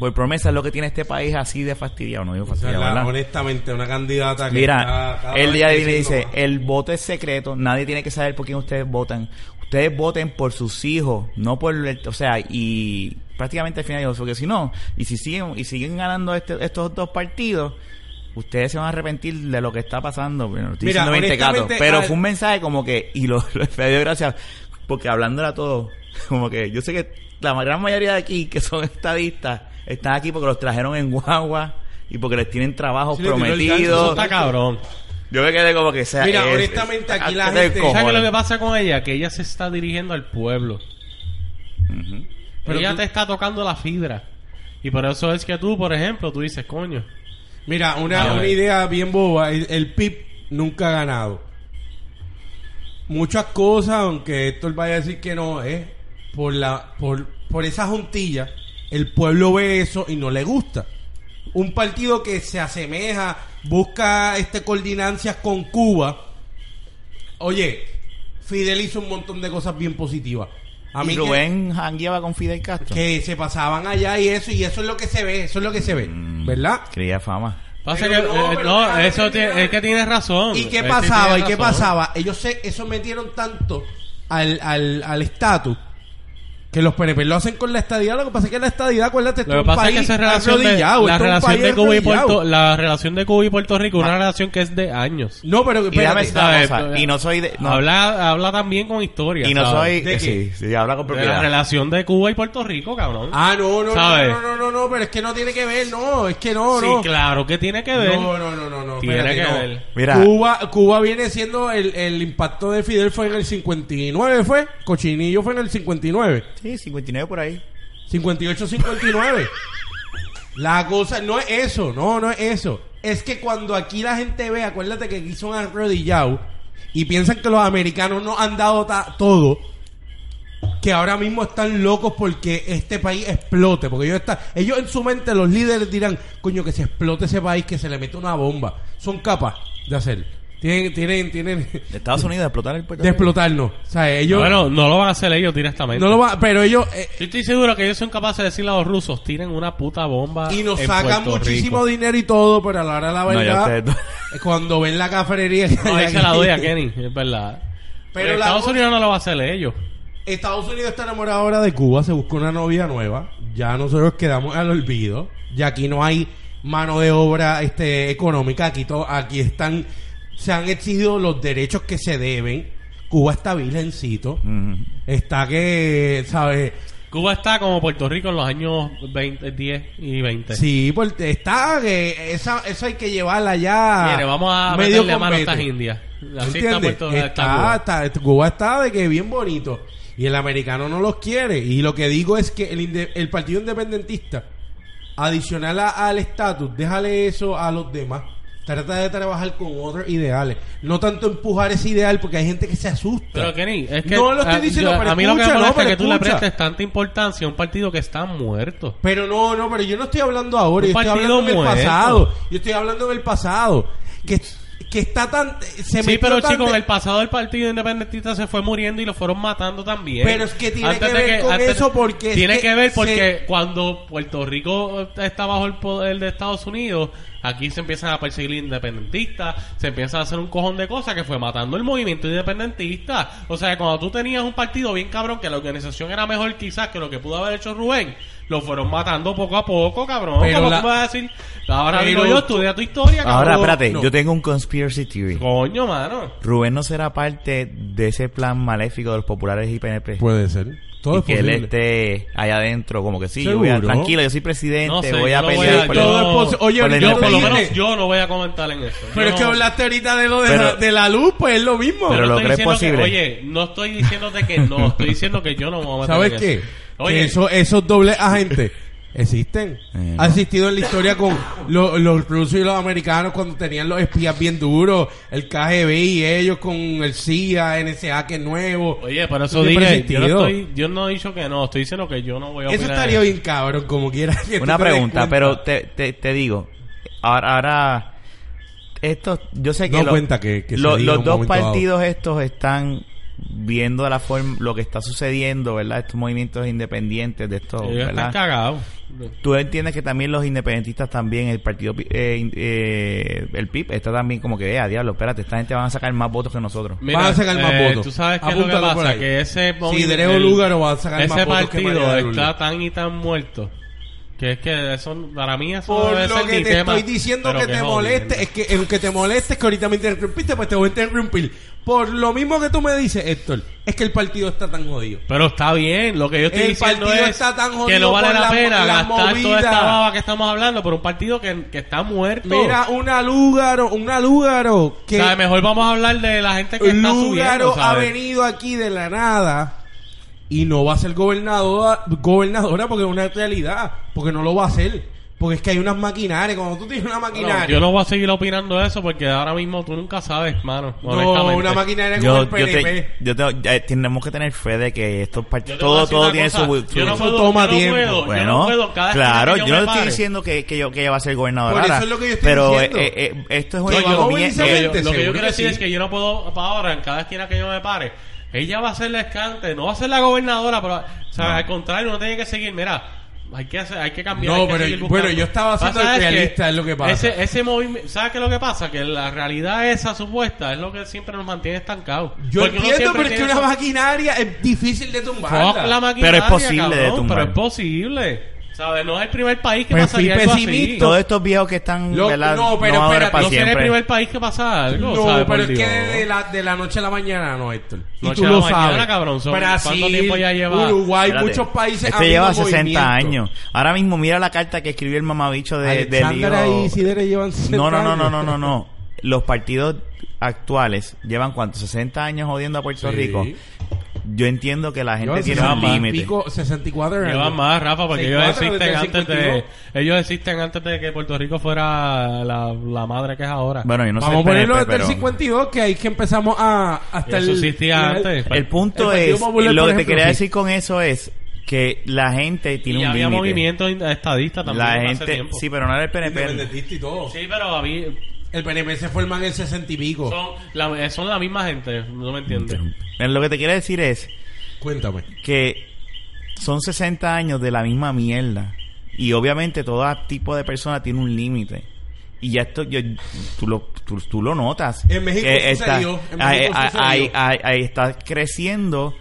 Speaker 1: por promesa es lo que tiene este país así de fastidiado, no digo
Speaker 3: O sea,
Speaker 1: fastidiado,
Speaker 3: la-
Speaker 1: ¿verdad?
Speaker 3: honestamente, una candidata que
Speaker 1: Mira,
Speaker 3: está cada
Speaker 1: él
Speaker 3: vez
Speaker 1: ya viene y
Speaker 3: creciendo
Speaker 1: dice,
Speaker 3: más.
Speaker 1: el voto es secreto, nadie tiene que saber por quién ustedes votan. Ustedes voten por sus hijos, no por el, o sea, y prácticamente al final dijo, porque si no, y si siguen y siguen ganando este- estos dos partidos, ustedes se van a arrepentir de lo que está pasando. Bueno, estoy
Speaker 3: Mira,
Speaker 1: diciendo 20 gatos,
Speaker 3: honestamente,
Speaker 1: pero
Speaker 3: al-
Speaker 1: fue un mensaje como que y lo, lo le dio gracias porque hablándole a todos, como que yo sé que la gran mayoría de aquí que son estadistas están aquí porque los trajeron en guagua y porque les tienen trabajos
Speaker 3: Sí, le tiró el gancho,
Speaker 2: Eso
Speaker 1: prometidos.
Speaker 2: está cabrón.
Speaker 1: Yo me quedé como que sea.
Speaker 3: Mira, honestamente, aquí la
Speaker 1: ¿qué te
Speaker 3: gente-
Speaker 1: cojones?
Speaker 2: ¿Sabes qué es lo que pasa con ella? Que ella se está dirigiendo al pueblo. Pero ella te está tocando la fibra. Y por eso es que tú, por ejemplo, tú dices, coño.
Speaker 1: eh,
Speaker 3: Mira, una,
Speaker 2: Ya
Speaker 3: una
Speaker 2: ves.
Speaker 3: idea bien boba. El, el PIB nunca ha ganado. Muchas cosas, aunque Héctor vaya a decir que no, es por, la, por, por esa juntilla, el pueblo ve eso y no le gusta. Un partido que se asemeja, busca este coordinancias con Cuba. Oye, Fidel hizo un montón de cosas bien positivas. A mí
Speaker 1: y
Speaker 3: que-
Speaker 1: Rubén jangueaba con Fidel Castro.
Speaker 3: que se pasaban allá y eso, y eso es lo que se ve, eso es lo que se ve,
Speaker 2: Mm.
Speaker 3: ¿verdad?
Speaker 1: Quería fama.
Speaker 2: Pasa
Speaker 3: Pero
Speaker 2: que.
Speaker 3: no,
Speaker 2: eh,
Speaker 3: pero
Speaker 2: no,
Speaker 3: déjame
Speaker 2: eso
Speaker 3: terminar.
Speaker 2: tie- es que tienes razón.
Speaker 3: ¿Y qué
Speaker 2: Es que
Speaker 3: pasaba?
Speaker 2: tienes
Speaker 3: ¿Y qué
Speaker 2: razón.
Speaker 3: pasaba? Ellos se, eso metieron tanto al, al, al estatus que los PNP lo hacen con la estadidad. Lo que pasa es que la estadidad, acuérdate, esto
Speaker 2: Lo que
Speaker 3: un
Speaker 2: pasa es
Speaker 3: país
Speaker 2: que esa relación de,
Speaker 3: arrodillado,
Speaker 2: la
Speaker 3: esto es un
Speaker 2: relación
Speaker 3: país
Speaker 2: de Cuba y
Speaker 3: arrodillado.
Speaker 2: Puerto, la relación de Cuba y Puerto Rico, una relación que es de años.
Speaker 3: No, pero
Speaker 1: Y déjame
Speaker 3: espérate.
Speaker 1: decirte una
Speaker 2: ¿sabes?
Speaker 1: cosa, Y no soy. De, no,
Speaker 2: Habla, habla también con historia.
Speaker 1: y no
Speaker 2: ¿sabes?
Speaker 1: soy.
Speaker 3: ¿De qué?
Speaker 1: sí, sí, habla con
Speaker 2: de la
Speaker 1: propiedad.
Speaker 2: relación de Cuba y Puerto Rico, cabrón.
Speaker 3: Ah, no, no, no,
Speaker 2: ¿Sabes?
Speaker 3: no, no, no, no, pero es que no tiene que ver, no, es que no,
Speaker 2: sí,
Speaker 3: no.
Speaker 2: claro que tiene que ver.
Speaker 3: No, no, no, no, no.
Speaker 2: Tiene
Speaker 3: espérate,
Speaker 2: que
Speaker 3: no.
Speaker 2: ver.
Speaker 1: Mira.
Speaker 3: Cuba, Cuba viene siendo el, el impacto de Fidel fue en el 59, fue. Cochinillo fue en el 59.
Speaker 1: Sí, 59 por ahí.
Speaker 3: 58-59. la cosa no es eso, no, no es eso. Es que cuando aquí la gente ve, acuérdate que aquí son arrodillados y piensan que los americanos no han dado ta- todo, que ahora mismo están locos porque este país explote, porque ellos están, ellos en su mente los líderes dirán, coño, que se explote ese país, que se le mete una bomba. Son capaces de hacerlo. Tienen, tienen, tienen
Speaker 1: De Estados Unidos, de explotar el Puerto
Speaker 3: de explotarnos. O sea, ellos
Speaker 2: bueno, no lo van a hacer ellos directamente.
Speaker 3: no lo van, pero ellos eh,
Speaker 2: Yo estoy seguro que ellos son capaces de decirle a los rusos, tiren una puta bomba.
Speaker 3: Y nos
Speaker 2: en
Speaker 3: sacan
Speaker 2: Puerto
Speaker 3: muchísimo
Speaker 2: Rico".
Speaker 3: dinero y todo, pero a la hora de la
Speaker 1: No, ya
Speaker 3: verdad,
Speaker 1: ustedes no.
Speaker 3: es cuando ven la cafrería. que
Speaker 2: No,
Speaker 3: hay
Speaker 2: ahí se la
Speaker 3: aquí.
Speaker 2: doy a Kenny, es verdad.
Speaker 3: Pero
Speaker 2: Pero
Speaker 3: la
Speaker 2: Estados
Speaker 3: cosa-
Speaker 2: Unidos no lo va a hacer eh, ellos.
Speaker 3: Estados Unidos está enamorado ahora de Cuba, se buscó una novia nueva. Ya nosotros quedamos al olvido. Ya aquí no hay mano de obra este económica, aquí, to- aquí están se han exigido los derechos que se deben. Cuba está virgencito.
Speaker 1: Ujú.
Speaker 3: Está que, ¿sabes?
Speaker 2: Cuba está como Puerto Rico en los años 20, 10 y 20.
Speaker 3: Sí, porque está que esa, eso hay que llevarla ya.
Speaker 2: Mire, vamos a
Speaker 3: ah, medio
Speaker 2: meterle mano a
Speaker 3: completo.
Speaker 2: estas indias. Así está
Speaker 3: ¿Entiendes?
Speaker 2: Puerto
Speaker 3: está,
Speaker 2: está Cuba.
Speaker 3: está- este Cuba está de que bien bonito. Y el americano no los quiere. Y lo que digo es que el, inde- el partido independentista, adicional a- al estatus, déjale eso a los demás. Trata de trabajar con otros ideales. No tanto empujar ese ideal porque hay gente que se asusta.
Speaker 2: Pero Kenny, es que
Speaker 3: no lo estoy
Speaker 2: a-
Speaker 3: diciendo,
Speaker 2: yo-
Speaker 3: pero
Speaker 2: a mí lo que me
Speaker 3: escucha, no,
Speaker 2: molesta es
Speaker 3: pero
Speaker 2: que tú le
Speaker 3: escucha.
Speaker 2: prestes tanta importancia a un partido que está muerto.
Speaker 3: Pero no, no, pero yo no estoy hablando ahora,
Speaker 2: Un
Speaker 3: yo estoy hablando
Speaker 2: partido
Speaker 3: en el
Speaker 2: muerto.
Speaker 3: pasado. Yo estoy hablando en el pasado. Que, que está tan. Se
Speaker 2: Sí,
Speaker 3: metió
Speaker 2: pero
Speaker 3: tan
Speaker 2: chicos,
Speaker 3: de-
Speaker 2: el pasado del partido independentista se fue muriendo y lo fueron matando también.
Speaker 3: Pero es que tiene que
Speaker 2: de
Speaker 3: ver con
Speaker 2: antes de-
Speaker 3: eso porque es
Speaker 2: Tiene
Speaker 3: que
Speaker 2: que, ver porque
Speaker 3: se-
Speaker 2: cuando Puerto Rico está bajo el poder de Estados Unidos, aquí se empiezan a perseguir independentistas, se empieza a hacer un cojón de cosas que fue matando el movimiento independentista. O sea, cuando tú tenías un partido bien cabrón, que la organización era mejor quizás que lo que pudo haber hecho Rubén, lo fueron matando poco a poco, cabrón.
Speaker 3: Pero
Speaker 2: ¿Cómo
Speaker 3: la-
Speaker 2: tú vas a decir? Ahora
Speaker 3: Pero-
Speaker 2: digo yo, estudia tu historia, cabrón.
Speaker 1: Ahora, espérate,
Speaker 3: no.
Speaker 1: yo tengo un conspiracy theory.
Speaker 2: Coño, mano.
Speaker 1: Rubén no será parte de ese plan maléfico de los populares y PNP.
Speaker 3: Puede ser. Pues, Todo
Speaker 1: y
Speaker 3: es
Speaker 1: que él
Speaker 3: posible.
Speaker 1: esté allá adentro, como que sí, yo voy a,
Speaker 3: Seguro.
Speaker 1: tranquilo, yo soy presidente,
Speaker 2: No sé,
Speaker 1: voy
Speaker 2: yo
Speaker 1: a
Speaker 2: no voy
Speaker 1: pelear
Speaker 2: a-
Speaker 1: por
Speaker 2: yo-
Speaker 1: el-
Speaker 3: Todo es posi- Oye,
Speaker 1: por el
Speaker 3: yo
Speaker 2: Yo, por lo
Speaker 1: Depende.
Speaker 2: menos,
Speaker 3: yo-
Speaker 2: yo no voy a comentar en eso.
Speaker 3: Pero
Speaker 2: Yo
Speaker 3: es que
Speaker 2: no-
Speaker 3: hablaste ahorita de lo de,
Speaker 1: Pero-
Speaker 3: la, de la luz, pues es lo mismo.
Speaker 1: Pero
Speaker 2: yo
Speaker 1: lo
Speaker 2: estoy
Speaker 1: crees
Speaker 2: diciendo
Speaker 1: posible.
Speaker 2: que- oye, no estoy diciéndote que no, estoy diciendo que yo no me voy a meter
Speaker 3: ¿Sabes
Speaker 2: en
Speaker 3: qué?
Speaker 2: eso.
Speaker 3: Que
Speaker 2: Oye,
Speaker 3: eso- esos dobles agentes existen.
Speaker 1: Eh,
Speaker 3: Ha existido en la historia con lo- los rusos y los americanos cuando tenían los espías bien duros, el KGB y ellos con el CIA, NSA que es nuevo.
Speaker 2: oye, por eso
Speaker 3: Siempre ha
Speaker 2: dije, yo no,
Speaker 3: existido.
Speaker 2: estoy, yo no he dicho que no, estoy diciendo que yo no voy a
Speaker 3: Eso
Speaker 2: opinar
Speaker 3: estaría
Speaker 2: en
Speaker 3: bien cabrón, como quiera. que tú
Speaker 1: Una
Speaker 3: te des
Speaker 1: pregunta,
Speaker 3: cuenta.
Speaker 1: pero te, te, te digo, ahora, ahora estos, yo sé que,
Speaker 3: No
Speaker 1: lo-
Speaker 3: cuenta que- que se
Speaker 1: lo-
Speaker 3: diga
Speaker 1: los
Speaker 3: un
Speaker 1: dos
Speaker 3: momento
Speaker 1: partidos estos están viendo la forma, lo que está sucediendo, ¿verdad? Estos movimientos independientes de estos,
Speaker 2: Ellos están
Speaker 1: ¿verdad?
Speaker 2: cagados.
Speaker 1: Tú entiendes que también los independentistas también, el partido, pi- eh, in- eh, el PIB, está también como que, eh, a diablo, espérate, esta gente van a sacar más votos que nosotros.
Speaker 3: Van a sacar más votos.
Speaker 2: eh, Tú sabes qué es lo que
Speaker 3: Apúntalo por
Speaker 2: pasa,
Speaker 3: ahí.
Speaker 2: que ese
Speaker 3: Derevo
Speaker 2: el-
Speaker 3: Lúgaro va a sacar más
Speaker 2: ese
Speaker 3: votos que María
Speaker 2: partido
Speaker 3: de Lourdes.
Speaker 2: está tan y tan muerto. Que es que eso, para mí eso no
Speaker 3: Por
Speaker 2: debe
Speaker 3: lo
Speaker 2: ser
Speaker 3: que
Speaker 2: ni
Speaker 3: te
Speaker 2: tema,
Speaker 3: estoy diciendo
Speaker 2: pero
Speaker 3: que
Speaker 2: qué
Speaker 3: te
Speaker 2: jodido.
Speaker 3: moleste, es que aunque te moleste, es que ahorita me interrumpiste, pues te voy a interrumpir. Por lo mismo que tú me dices, Héctor, es que el partido está tan jodido.
Speaker 2: Pero está bien, lo que yo estoy
Speaker 3: El
Speaker 2: diciendo
Speaker 3: partido
Speaker 2: es
Speaker 3: está tan
Speaker 2: que
Speaker 3: jodido
Speaker 2: no vale
Speaker 3: por
Speaker 2: la,
Speaker 3: la-
Speaker 2: pena
Speaker 3: la
Speaker 2: gastar
Speaker 3: movida.
Speaker 2: toda esta baba que estamos hablando por un partido que, que está muerto.
Speaker 3: Mira, una Lúgaro, una Lúgaro que
Speaker 2: ¿Sabes? Mejor vamos a hablar de la gente que está
Speaker 3: Lúgaro
Speaker 2: subiendo,
Speaker 3: ha
Speaker 2: ¿sabes?
Speaker 3: venido aquí de la nada y no va a ser gobernadora, gobernadora porque es una realidad, porque no lo va a hacer. Porque es que hay unas maquinarias, cuando tú tienes una
Speaker 2: Bueno,
Speaker 3: maquinaria,
Speaker 2: yo no voy a seguir opinando eso porque ahora mismo tú nunca sabes, mano.
Speaker 3: no,
Speaker 2: honestamente.
Speaker 3: una maquinaria como
Speaker 1: Yo,
Speaker 3: el
Speaker 1: yo, te-
Speaker 3: PNP.
Speaker 1: yo tengo- ya tenemos que tener fe de que estos
Speaker 2: Yo
Speaker 1: partidos,
Speaker 2: te voy a
Speaker 1: todo,
Speaker 2: decir
Speaker 1: todo
Speaker 2: una
Speaker 1: tiene su,
Speaker 2: cosa,
Speaker 1: su-
Speaker 2: Yo no
Speaker 3: eso
Speaker 2: puedo,
Speaker 3: toma
Speaker 2: yo no
Speaker 3: tiempo.
Speaker 2: puedo, yo no puedo. Cada
Speaker 1: claro,
Speaker 2: esquina
Speaker 1: yo,
Speaker 2: que
Speaker 1: no
Speaker 2: me
Speaker 1: estoy
Speaker 2: pare.
Speaker 1: diciendo que, que, yo, que ella va a ser gobernadora.
Speaker 3: Por eso es lo que yo estoy
Speaker 1: pero
Speaker 3: diciendo.
Speaker 1: eh, eh, esto es una
Speaker 3: No, yo no voy a
Speaker 1: economía.
Speaker 3: decir
Speaker 2: Lo que yo,
Speaker 1: eh,
Speaker 2: lo que yo
Speaker 3: Seguro
Speaker 2: quiero
Speaker 3: que
Speaker 2: decir
Speaker 3: sí.
Speaker 2: es que yo no puedo para ahora en cada esquina que yo me pare. Ella va a ser la escante, no va a ser la gobernadora, pero o sea, al contrario, uno tiene que seguir, mira, hay que hacer, hay que cambiar.
Speaker 3: No,
Speaker 2: hay que
Speaker 3: pero-
Speaker 2: seguir buscando.
Speaker 3: bueno, yo estaba siendo
Speaker 2: Pasa es que
Speaker 3: realista, es lo que pasa.
Speaker 2: Ese, ese movimiento, ¿sabes qué es lo que pasa? Que la realidad esa supuesta es lo que siempre nos mantiene estancados.
Speaker 3: Yo
Speaker 2: Porque uno
Speaker 3: entiendo,
Speaker 2: siempre
Speaker 3: pero es que
Speaker 2: tiene
Speaker 3: una
Speaker 2: esa-
Speaker 3: maquinaria es difícil de
Speaker 2: Fuck la
Speaker 3: tumbarla.
Speaker 2: maquinaria,
Speaker 1: Pero es posible de
Speaker 2: cabrón,
Speaker 1: tumbar.
Speaker 2: Pero es posible. ¿Sabes? No es el primer país que
Speaker 3: Pues
Speaker 2: pasaría
Speaker 3: fui
Speaker 2: algo así.
Speaker 3: pesimista.
Speaker 1: Todos estos viejos que están.
Speaker 3: Lo-
Speaker 1: ¿verdad?
Speaker 3: no, pero
Speaker 1: van a durar
Speaker 3: espérate,
Speaker 1: para
Speaker 2: No sería el
Speaker 1: siempre.
Speaker 2: primer país que pasa algo.
Speaker 3: No,
Speaker 2: ¿sabes?
Speaker 3: pero
Speaker 2: Por
Speaker 3: es que
Speaker 2: Dios.
Speaker 3: de la, de la noche a la mañana no, Héctor. Y
Speaker 2: Noche
Speaker 3: tú
Speaker 2: a la
Speaker 3: lo
Speaker 2: mañana,
Speaker 3: sabes.
Speaker 2: cabrón, son- ¿cuánto
Speaker 3: Brasil,
Speaker 2: tiempo ya lleva?
Speaker 3: Uruguay,
Speaker 1: Espérate,
Speaker 3: muchos países han
Speaker 1: Este
Speaker 3: habido
Speaker 1: lleva 60
Speaker 3: movimiento.
Speaker 1: años. Ahora mismo, mira la carta que escribió el mamabicho de, del
Speaker 3: Alexandra
Speaker 1: lío-
Speaker 3: y Isidere llevan 60
Speaker 1: No, no, no,
Speaker 3: años.
Speaker 1: no, no, no, no. Los partidos actuales llevan cuánto, 60 años jodiendo a Puerto
Speaker 3: Sí.
Speaker 1: Rico. Yo entiendo que la gente
Speaker 3: Llevan
Speaker 1: tiene un
Speaker 3: 60 y
Speaker 1: límite.
Speaker 3: pico, 64 años.
Speaker 2: Llevan más, Rafa, porque
Speaker 3: Seis,
Speaker 2: ellos
Speaker 3: cuatro,
Speaker 2: existen
Speaker 3: desde el
Speaker 2: antes de...
Speaker 3: 52.
Speaker 2: Ellos existen antes de que Puerto Rico fuera la, la madre que es ahora.
Speaker 1: Bueno, yo no
Speaker 3: Vamos a
Speaker 1: sé el PNP,
Speaker 3: ponerlo desde el
Speaker 1: pero
Speaker 3: 52, que ahí que empezamos a... Hasta
Speaker 2: Eso
Speaker 3: el-
Speaker 2: existía
Speaker 3: el-
Speaker 2: antes.
Speaker 1: el punto
Speaker 3: El Partido
Speaker 1: es,
Speaker 3: Popular,
Speaker 1: lo
Speaker 3: por
Speaker 1: que te
Speaker 3: ejemplo,
Speaker 1: quería
Speaker 3: sí.
Speaker 1: decir con eso es que la gente
Speaker 2: y
Speaker 1: tiene un
Speaker 2: había
Speaker 1: límite.
Speaker 2: movimiento in- estadista también
Speaker 1: La
Speaker 2: hace
Speaker 1: gente,
Speaker 2: tiempo.
Speaker 1: sí, pero no era el PNP.
Speaker 3: Independentista y todo.
Speaker 2: Sí, pero había...
Speaker 3: El PNP se forma en el 60 y pico.
Speaker 2: Son la, eh, son la misma gente, no me entiendes.
Speaker 1: Lo que te quería decir es
Speaker 3: Cuéntame.
Speaker 1: que son 60 años de la misma mierda. Y obviamente todo tipo de persona tiene un límite. Y ya esto, yo, tú, lo, tú, tú lo notas.
Speaker 3: En México
Speaker 1: Que
Speaker 3: sucedió, en México
Speaker 1: ahí- ahí-
Speaker 3: sucedió.
Speaker 1: ahí- ahí- ahí está creciendo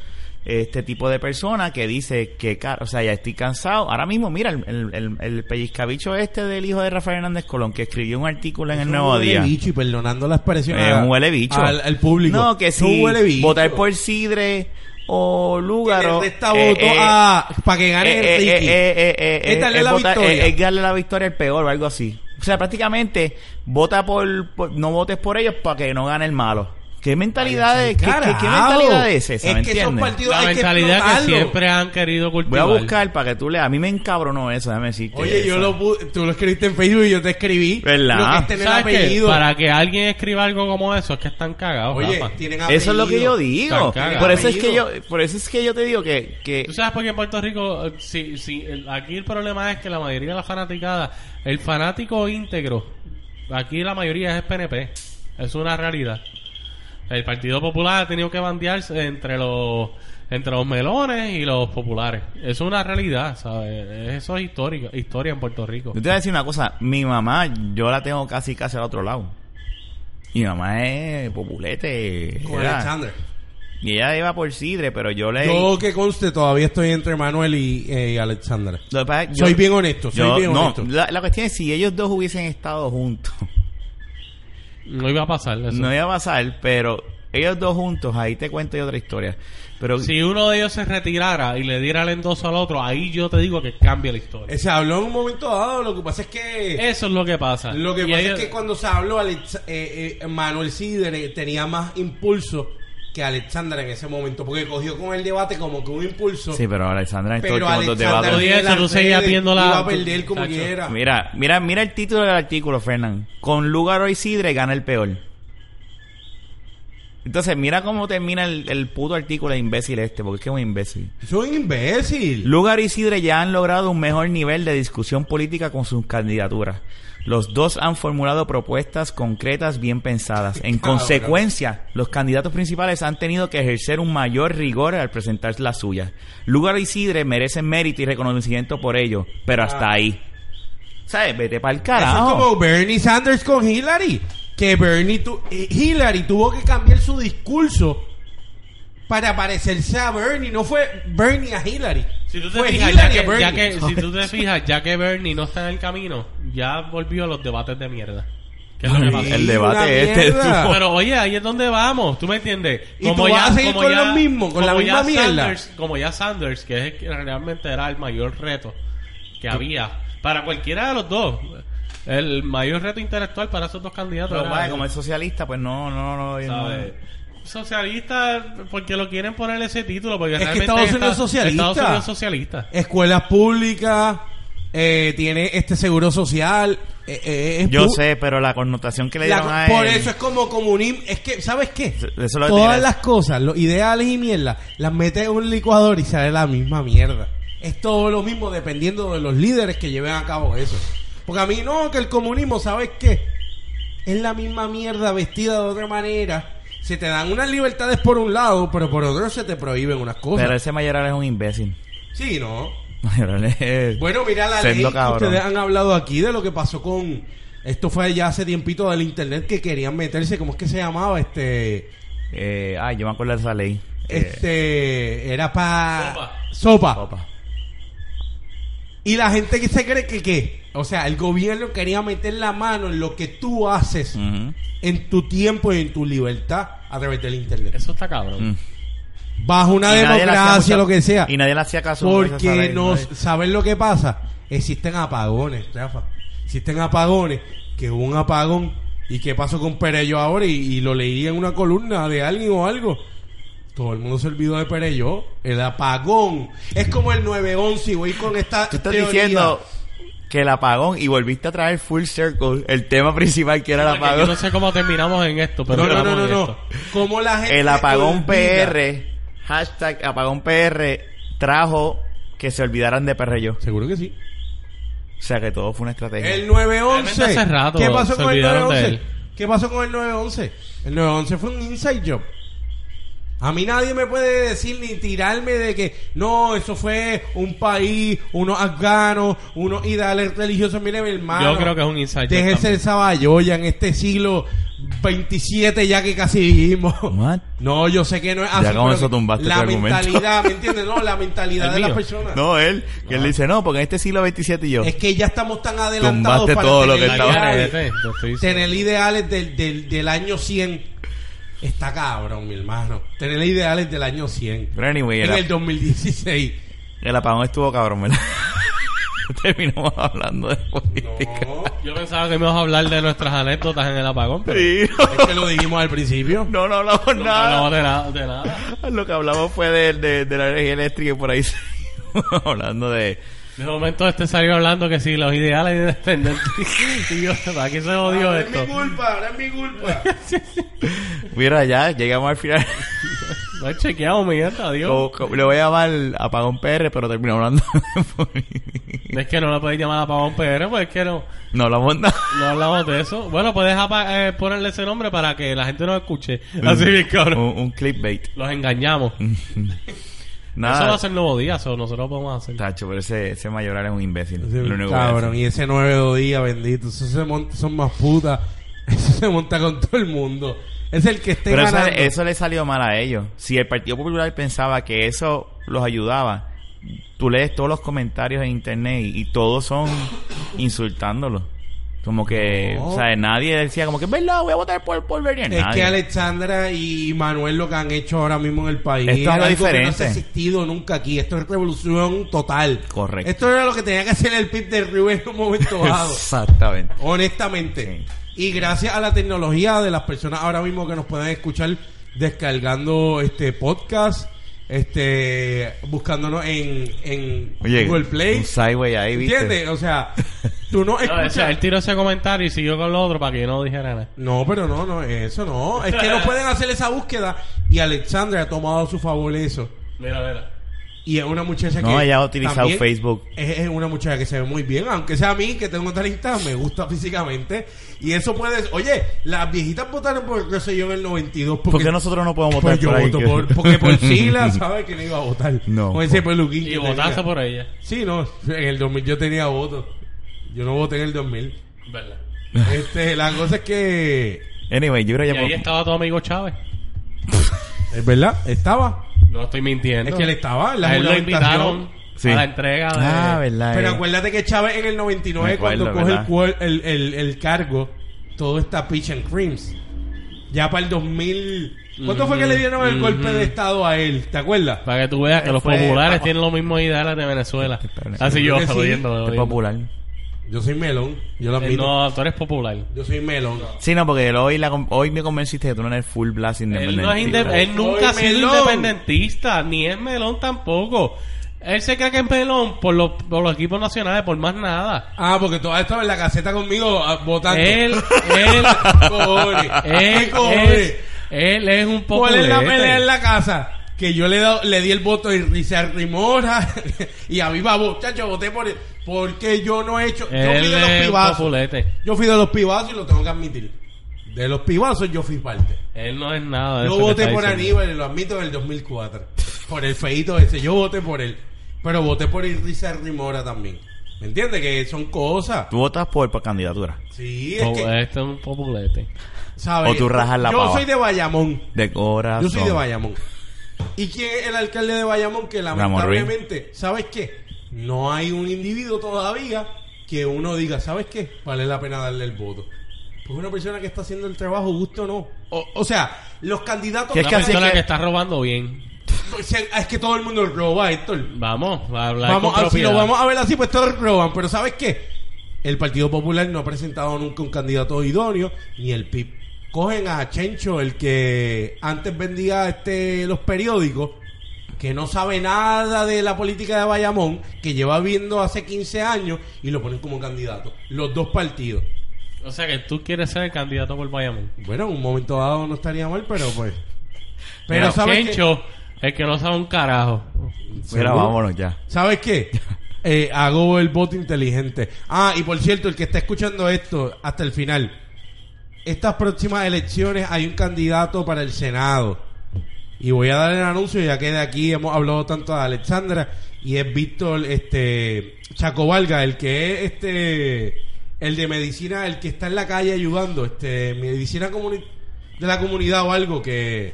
Speaker 1: este tipo de persona que dice que, ca- o sea, ya estoy cansado. Ahora mismo, mira, el, el, el- el pellizcabicho este del hijo de Rafael Hernández Colón, que escribió un artículo en el Nuevo
Speaker 3: huele
Speaker 1: Día.
Speaker 3: bicho y perdonando la expresión.
Speaker 1: Es
Speaker 3: a-
Speaker 1: Eh, un huele bicho.
Speaker 3: Ah, Al, al público.
Speaker 1: No, que
Speaker 3: Es
Speaker 1: si
Speaker 3: un huele bicho.
Speaker 1: votar por Sidre o Lúgaro.
Speaker 3: Que le resta
Speaker 1: eh,
Speaker 3: voto
Speaker 1: eh,
Speaker 3: a. Para que gane
Speaker 1: eh,
Speaker 3: el
Speaker 1: eh,
Speaker 3: Ricky.
Speaker 1: eh, eh, eh, eh,
Speaker 3: Es darle
Speaker 1: eh,
Speaker 3: la
Speaker 1: vota-
Speaker 3: victoria.
Speaker 1: eh, es darle la victoria al peor o algo así. O sea, prácticamente, vota por, por- no votes por ellos para que no gane el malo. ¿Qué mentalidad, es, qué, qué- qué
Speaker 3: Carajo.
Speaker 1: mentalidad es esa? ¿Me
Speaker 3: que esos
Speaker 1: entiendes?
Speaker 3: partidos
Speaker 2: La
Speaker 3: hay que
Speaker 2: mentalidad que,
Speaker 3: explotarlo.
Speaker 2: siempre han querido
Speaker 1: Voy
Speaker 2: cultivar.
Speaker 1: a buscar para que tú leas. A mí me encabronó eso, déjame decirte.
Speaker 3: Oye, yo
Speaker 1: eso.
Speaker 3: lo pu- tú lo escribiste en Facebook y yo te escribí.
Speaker 1: ¿Verdad?
Speaker 3: Lo que es tener
Speaker 2: ¿Sabes qué?
Speaker 3: apellido.
Speaker 2: Para que alguien escriba algo como eso, es que están cagados.
Speaker 3: Oye,
Speaker 2: Rafa.
Speaker 3: tienen apellido.
Speaker 1: Eso es lo que yo digo.
Speaker 2: Tan cagado.
Speaker 1: Por eso es que yo,
Speaker 3: Apellido.
Speaker 1: por eso es que yo te digo que, que
Speaker 2: ¿Tú sabes por qué en Puerto Rico? eh, Si, si, el- aquí el problema es que la mayoría de las fanaticadas, el fanático íntegro, aquí la mayoría es PNP. Es una realidad. El Partido Popular ha tenido que bandearse entre los entre los melones y los populares. Es una realidad, ¿sabes? Eso es histórico, historia en Puerto Rico.
Speaker 1: Yo te voy a decir una cosa, mi mamá, yo la tengo casi casi al otro lado. Mi mamá es populete.
Speaker 3: Con
Speaker 1: era-
Speaker 3: Alexander.
Speaker 1: Y ella iba por Sidre, pero yo le...
Speaker 3: Yo que conste, todavía estoy entre Manuel y, eh, y Alexander.
Speaker 1: Lo que pasa es que yo-
Speaker 3: soy bien honesto, soy
Speaker 1: yo-
Speaker 3: bien
Speaker 1: no,
Speaker 3: honesto.
Speaker 1: La, la cuestión es, si ellos dos hubiesen estado juntos,
Speaker 2: No iba a pasar eso.
Speaker 1: no iba a pasar, pero ellos dos juntos, ahí te cuento yo otra historia. Pero
Speaker 2: Si uno de ellos se retirara y le diera el endoso al otro, ahí yo te digo que cambia la historia.
Speaker 3: Se habló en un momento dado, lo que pasa es que...
Speaker 2: Eso es lo que pasa.
Speaker 3: lo que
Speaker 2: Y
Speaker 3: pasa
Speaker 2: ellos-
Speaker 3: es que cuando se habló, Alex- eh, eh, Manuel Sider eh, tenía más impulso que Alexander en ese momento, porque cogió con el debate como que un impulso.
Speaker 1: Sí, pero Alexandra en todo
Speaker 3: pero
Speaker 1: el
Speaker 3: Alexander
Speaker 2: debates.
Speaker 3: en
Speaker 2: Oye, eso, tú
Speaker 3: las
Speaker 2: seguías
Speaker 3: redes
Speaker 2: viendo la-
Speaker 3: iba a perder como
Speaker 2: Chacho.
Speaker 3: quiera.
Speaker 1: Mira, mira, mira el título del artículo, Fernán. Con Lugaro y Sidre gana el peor. Entonces, mira cómo termina el, el puto artículo de imbécil este, porque es que es un imbécil.
Speaker 3: Soy un imbécil.
Speaker 1: Lugar y Sidre ya han logrado un mejor nivel de discusión política con sus candidaturas. Los dos han formulado propuestas concretas bien pensadas. En
Speaker 3: Cabrón.
Speaker 1: consecuencia, los candidatos principales han tenido que ejercer un mayor rigor al presentar las suyas. Lugar y Sidre merecen mérito y reconocimiento por ello, pero hasta
Speaker 3: Ah.
Speaker 1: ahí. ¿Sabes? Vete para el
Speaker 3: Eso es
Speaker 1: carajo.
Speaker 3: como Bernie Sanders con Hillary. Que Bernie tu- eh, Hillary tuvo que cambiar su discurso para parecerse a Bernie. No fue Bernie a Hillary.
Speaker 2: Si tú te
Speaker 3: fue
Speaker 2: fijas, ya
Speaker 3: Hillary
Speaker 2: que,
Speaker 3: a Bernie.
Speaker 2: ya que- si tú te fijas, ya que Bernie no está en el camino, ya volvió a los debates de mierda. Que es lo que pasa.
Speaker 1: El
Speaker 3: Una
Speaker 1: debate este
Speaker 3: mierda.
Speaker 1: estuvo-
Speaker 2: Pero oye, ahí es donde vamos, ¿tú me entiendes?
Speaker 3: Ah. Y tú vas a seguir con lo mismo, con la
Speaker 2: como ya
Speaker 3: misma mierda.
Speaker 2: Sanders- como ya Sanders, que es el que realmente era el mayor reto que había para cualquiera de los dos. El mayor reto intelectual para esos dos candidatos.
Speaker 1: Pero,
Speaker 2: era-
Speaker 1: vaya, como es socialista, pues no, no, no. yo no-
Speaker 2: ¿sabes? Socialista, porque lo quieren poner ese título, porque
Speaker 3: Es que
Speaker 2: realmente
Speaker 3: Estados
Speaker 2: está-
Speaker 3: Unidos es socialista.
Speaker 2: Estados Unidos es socialista.
Speaker 3: Escuelas públicas. eh, tiene este seguro social. eh, eh, es
Speaker 1: Yo
Speaker 3: pu-
Speaker 1: sé, pero la connotación que le
Speaker 3: La-
Speaker 1: dieron a él...
Speaker 3: por eso es como comunismo. Es que, ¿sabes qué?
Speaker 1: Eso es lo que te
Speaker 3: Todas
Speaker 1: diré.
Speaker 3: las cosas, los ideales y mierda, las metes en un licuador y sale la misma mierda. Es todo lo mismo dependiendo de los líderes que lleven a cabo eso. Porque a mí no, que el comunismo, ¿sabes qué? Es la misma mierda vestida de otra manera. Se te dan unas libertades por un lado, pero por otro se te prohíben unas cosas.
Speaker 1: Pero ese mayoral es un imbécil.
Speaker 3: Sí, ¿no?
Speaker 1: Mayoral es...
Speaker 3: Bueno, mira la
Speaker 1: Sendo
Speaker 3: ley que
Speaker 1: cabrón.
Speaker 3: ustedes han hablado aquí de lo que pasó con. Esto fue ya hace tiempito del internet que querían meterse. ¿Cómo es que se llamaba? Este.
Speaker 1: Eh, ay, yo me acuerdo de esa ley. Eh,
Speaker 3: Este. Era para. Sopa.
Speaker 1: Sopa.
Speaker 3: Y la gente que se cree que qué. O sea, el gobierno quería meter la mano en lo que tú haces
Speaker 1: Ujú.
Speaker 3: en tu tiempo y en tu libertad a través del internet.
Speaker 2: Eso está cabrón.
Speaker 1: Mm.
Speaker 3: Bajo una
Speaker 1: Y nadie le hacía
Speaker 3: democracia,
Speaker 1: mucha-
Speaker 3: lo que sea.
Speaker 1: Y nadie le hacía caso. a esa
Speaker 3: Porque
Speaker 1: ley,
Speaker 3: no
Speaker 1: nadie.
Speaker 3: ¿sabes lo que pasa? Existen apagones, Rafa. Existen apagones, que hubo un apagón. ¿Y qué pasó con Perello ahora? Y, y lo leí en una columna de alguien o algo. Todo el mundo se olvidó de Perello. El apagón. Es como el 911, y voy con esta
Speaker 1: Tú estás
Speaker 3: teoría.
Speaker 1: diciendo que el apagón y volviste a traer full circle el tema principal que era el
Speaker 2: Porque Yo
Speaker 1: apagón.
Speaker 2: no sé cómo terminamos en esto, pero
Speaker 3: No, no, no,
Speaker 2: terminamos
Speaker 3: no,
Speaker 2: en
Speaker 3: no.
Speaker 2: esto.
Speaker 3: Como la gente
Speaker 1: El apagón
Speaker 3: olvida-
Speaker 1: PR, hashtag apagón PR, trajo que se olvidaran de Perrello.
Speaker 3: Seguro que sí.
Speaker 1: O sea que todo fue una estrategia.
Speaker 3: El
Speaker 2: Realmente
Speaker 3: 911.
Speaker 2: hace rato
Speaker 3: ¿Qué pasó
Speaker 2: se
Speaker 3: con el
Speaker 2: olvidaron de
Speaker 3: 911?
Speaker 2: él.
Speaker 3: ¿Qué pasó con el 911? El 911 fue un inside job. A mí nadie me puede decir ni tirarme de que no, eso fue un país, unos afganos, unos ideales religiosos. Mire, mi hermano.
Speaker 2: Yo creo que es un inside job
Speaker 3: Déjese
Speaker 2: también.
Speaker 3: esa bayoya en este siglo 27 ya que casi vivimos.
Speaker 1: What?
Speaker 3: No, yo sé que no es así.
Speaker 1: Ya con
Speaker 3: pero
Speaker 1: eso tumbaste
Speaker 3: La
Speaker 1: tu argumento.
Speaker 3: mentalidad, ¿me entiendes? No, la mentalidad de las personas.
Speaker 1: No, él. Que él dice, no, porque en este siglo XXVII y yo.
Speaker 3: Ah. Es que ya estamos tan adelantados
Speaker 1: Tumbaste todo lo que
Speaker 3: tener
Speaker 1: estaba-
Speaker 3: ideales-
Speaker 2: Cállate, te estoy diciendo.
Speaker 3: tener ideales del, del, del año 100. Está cabrón, mi hermano. Tener ideales del año 100.
Speaker 1: Pero anyway,
Speaker 3: En
Speaker 1: era-
Speaker 3: el 2016.
Speaker 1: El apagón estuvo cabrón, ¿verdad? Terminamos hablando de política.
Speaker 3: No,
Speaker 2: Yo pensaba que me ibas a hablar de nuestras anécdotas en el apagón, pero
Speaker 1: Sí,
Speaker 3: es que lo dijimos al principio.
Speaker 1: no, no hablamos
Speaker 2: no
Speaker 1: nada.
Speaker 2: hablamos de nada. De nada.
Speaker 1: Lo que hablamos fue de, de- de la energía eléctrica y por ahí seguimos hablando de...
Speaker 2: De momento este salió hablando que sí, los ideales independientes. Y yo, ¿para qué se odió
Speaker 3: Ahora
Speaker 2: esto?
Speaker 3: culpa, ahora es mi culpa.
Speaker 1: Mira, ya llegamos al final.
Speaker 2: No he chequeado mi dieta, Dios.
Speaker 1: Como- como- Le voy a llamar apagón PR, pero termino hablando de política.
Speaker 2: Es que no lo podéis llamar apagón PR, pues es que no,
Speaker 1: No hablamos nada.
Speaker 2: no hablamos de eso. Bueno, puedes apa- eh, ponerle ese nombre para que la gente no lo escuche.
Speaker 1: Mm.
Speaker 2: Así bien, cabrón.
Speaker 1: Un, un clickbait.
Speaker 2: Los engañamos. Eso va
Speaker 1: Nada.
Speaker 2: a ser nuevo día, eso nosotros lo podemos hacer.
Speaker 1: Tacho, pero ese, ese mayoral es un imbécil. Lo único que voy a
Speaker 3: Cabrón,
Speaker 1: decir.
Speaker 3: y ese 9 de día, bendito. Eso se monta, son más putas. Eso se monta con todo el mundo. Es el que esté
Speaker 1: Pero eso,
Speaker 3: ganando.
Speaker 1: eso le salió mal a ellos. Si el Partido Popular pensaba que eso los ayudaba, tú lees todos los comentarios en internet y, y todos son insultándolos. Como que,
Speaker 3: No.
Speaker 1: o sea, nadie decía como que es verdad, voy a votar por, por Bernier.
Speaker 3: Es
Speaker 1: Nadie.
Speaker 3: que Alexandra y Manuel lo que han hecho ahora mismo en el país.
Speaker 1: Esto es algo
Speaker 3: Que no
Speaker 1: diferente.
Speaker 3: se ha existido nunca aquí. Esto es revolución total.
Speaker 1: Correcto.
Speaker 3: Esto era lo que tenía que hacer el PIB de Río en un momento dado.
Speaker 1: Exactamente.
Speaker 3: honestamente.
Speaker 1: Sí.
Speaker 3: Y gracias a la tecnología de las personas ahora mismo que nos pueden escuchar descargando este podcast, este buscándonos en, en
Speaker 1: Oye,
Speaker 3: Google Play.
Speaker 1: un sideway ahí, ¿viste?
Speaker 3: ¿Entiendes? O sea, tú
Speaker 2: No,
Speaker 3: no
Speaker 2: o sea,
Speaker 3: escuchas.
Speaker 2: él tiró ese comentario y siguió con lo otro para que yo no dijera nada.
Speaker 3: No, pero no, no, eso no. Es que no pueden hacer esa búsqueda. Y Alexandra ha tomado a su favor eso.
Speaker 2: Mira, mira.
Speaker 3: Y es una muchacha que.
Speaker 1: No, ella ha utilizado
Speaker 3: también
Speaker 1: Facebook.
Speaker 3: Es, es una muchacha que se ve muy bien, aunque sea a mí, que tengo talento, me gusta físicamente. Y eso puede. Oye, las viejitas votaron por, qué sé yo, en el 92. Porque,
Speaker 1: ¿Por qué nosotros no podemos votar
Speaker 3: pues yo
Speaker 1: por ahí?
Speaker 3: voto por. Porque por Sila, ¿sabes? Que no iba a votar.
Speaker 1: No.
Speaker 3: Con ese peluquín.
Speaker 2: Y
Speaker 3: que
Speaker 2: votaste
Speaker 3: tenía.
Speaker 2: por ella.
Speaker 3: Sí, no. En el 2000 yo tenía voto. Yo no voté en el 2000.
Speaker 2: ¿Verdad?
Speaker 3: Este, la cosa es que.
Speaker 1: Anyway, yo creo
Speaker 2: Y
Speaker 1: que...
Speaker 2: ahí estaba tu amigo Chávez.
Speaker 3: Es verdad, estaba.
Speaker 2: No estoy mintiendo.
Speaker 3: Es que él estaba en la
Speaker 2: A él lo
Speaker 3: juramentación.
Speaker 2: invitaron
Speaker 1: Sí.
Speaker 2: a la entrega de...
Speaker 1: Ah, verdad.
Speaker 3: Pero
Speaker 1: eh.
Speaker 3: acuérdate que Chávez en el 99,
Speaker 1: Me acuerdo,
Speaker 3: cuando coge el
Speaker 1: ¿verdad?
Speaker 3: cuer- el, el, el cargo, todo está pitch and creams. Ya para el 2000. ¿Cuánto fue que le dieron el golpe de Estado a él? ¿Te acuerdas?
Speaker 2: Para que tú veas que los
Speaker 1: Fue-
Speaker 2: populares
Speaker 1: vamos.
Speaker 2: tienen los mismos ideales de Venezuela.
Speaker 1: Espera,
Speaker 2: Así
Speaker 3: yo
Speaker 2: yo,
Speaker 3: creo que sí.
Speaker 2: jodiendo,
Speaker 1: Este
Speaker 2: jodiendo.
Speaker 1: popular.
Speaker 3: Yo soy melón, yo lo
Speaker 2: Eh,
Speaker 3: admito.
Speaker 2: No, tú eres popular.
Speaker 3: Yo soy melón.
Speaker 1: Sí, no, porque hoy, la, hoy me convenciste que tú no eres full blast
Speaker 2: Él,
Speaker 1: independiente.
Speaker 2: no es inde- él nunca ha
Speaker 3: Soy
Speaker 2: sido
Speaker 3: melón.
Speaker 2: independentista, ni es melón tampoco. Él se cree que es melón por los, por los equipos nacionales, por más nada.
Speaker 3: Ah, porque todas estaban en la caseta conmigo ah, votando.
Speaker 2: Él, él,
Speaker 3: Cojones.
Speaker 2: él,
Speaker 3: ¿Qué cojones?
Speaker 2: es, él es un poco.
Speaker 3: ¿Cuál es la pelea en la casa? Que yo le, he dado- le di el voto y Rizar Rimora y a Viva Voz. Chacho, voté por él. Porque yo no he hecho. Yo fui
Speaker 2: Él
Speaker 3: de los
Speaker 2: es un
Speaker 3: pibazos.
Speaker 2: populete.
Speaker 3: Yo fui de los pibazos y lo tengo que admitir. De los pibazos yo fui parte.
Speaker 2: Él no es
Speaker 1: Ah,
Speaker 2: nada. de
Speaker 3: Yo
Speaker 2: eso que
Speaker 3: voté
Speaker 2: está
Speaker 3: por
Speaker 2: diciendo.
Speaker 3: Aníbal, y lo admito, en el 2004. Por el feito ese, yo voté por él. Pero voté por Irisa Rimora también. ¿Me entiendes? Que son cosas.
Speaker 1: Tú votas por, por candidatura.
Speaker 3: Sí, es que,
Speaker 2: Este es un populete.
Speaker 3: ¿sabes?
Speaker 1: Oh, eh. o tú rajas la
Speaker 3: Yo
Speaker 1: pava.
Speaker 3: soy de Bayamón.
Speaker 1: De corazón.
Speaker 3: Yo soy de Bayamón. ¿Y quién es el alcalde de Bayamón? Que
Speaker 1: Ramón Ruiz.
Speaker 3: lamentablemente, ¿sabes qué? No hay un individuo todavía que uno diga, ¿sabes qué? Vale la pena darle el voto. Porque una persona que está haciendo el trabajo, gusto o no. O, o sea, los candidatos...
Speaker 1: Que es
Speaker 2: Una
Speaker 1: que así
Speaker 2: persona
Speaker 1: que-
Speaker 2: que está robando bien.
Speaker 3: O sea, es que todo el mundo roba, Héctor.
Speaker 2: Vamos, va a hablar
Speaker 3: Vamos
Speaker 2: con
Speaker 3: a, si
Speaker 2: propiedad.
Speaker 3: lo vamos a ver así, pues todos roban. Pero ¿sabes qué? El Partido Popular no ha presentado nunca un candidato idóneo, ni el PIB. Cogen a Chencho, el que antes vendía este los periódicos, que no sabe nada de la política de Bayamón, que lleva viendo hace 15 años, y lo ponen como candidato. Los dos partidos.
Speaker 2: O sea que tú quieres ser el candidato por Bayamón.
Speaker 3: Bueno, en un momento dado no estaría mal, pero pues...
Speaker 2: Pero
Speaker 3: Pero ¿sabes qué?
Speaker 2: Kencho, el que no sabe un carajo.
Speaker 1: Mira,
Speaker 3: ¿Seguro?
Speaker 1: vámonos ya.
Speaker 3: ¿Sabes qué? Eh, hago el voto inteligente. Ah, y por cierto, el que está escuchando esto hasta el final. Estas próximas elecciones hay un candidato para el Senado. Y voy a dar el anuncio, ya que de aquí hemos hablado tanto de Alexandra y es Víctor este Chaco Valga, el que es este el de medicina, el que está en la calle ayudando, este, medicina comuni- de la comunidad o algo que,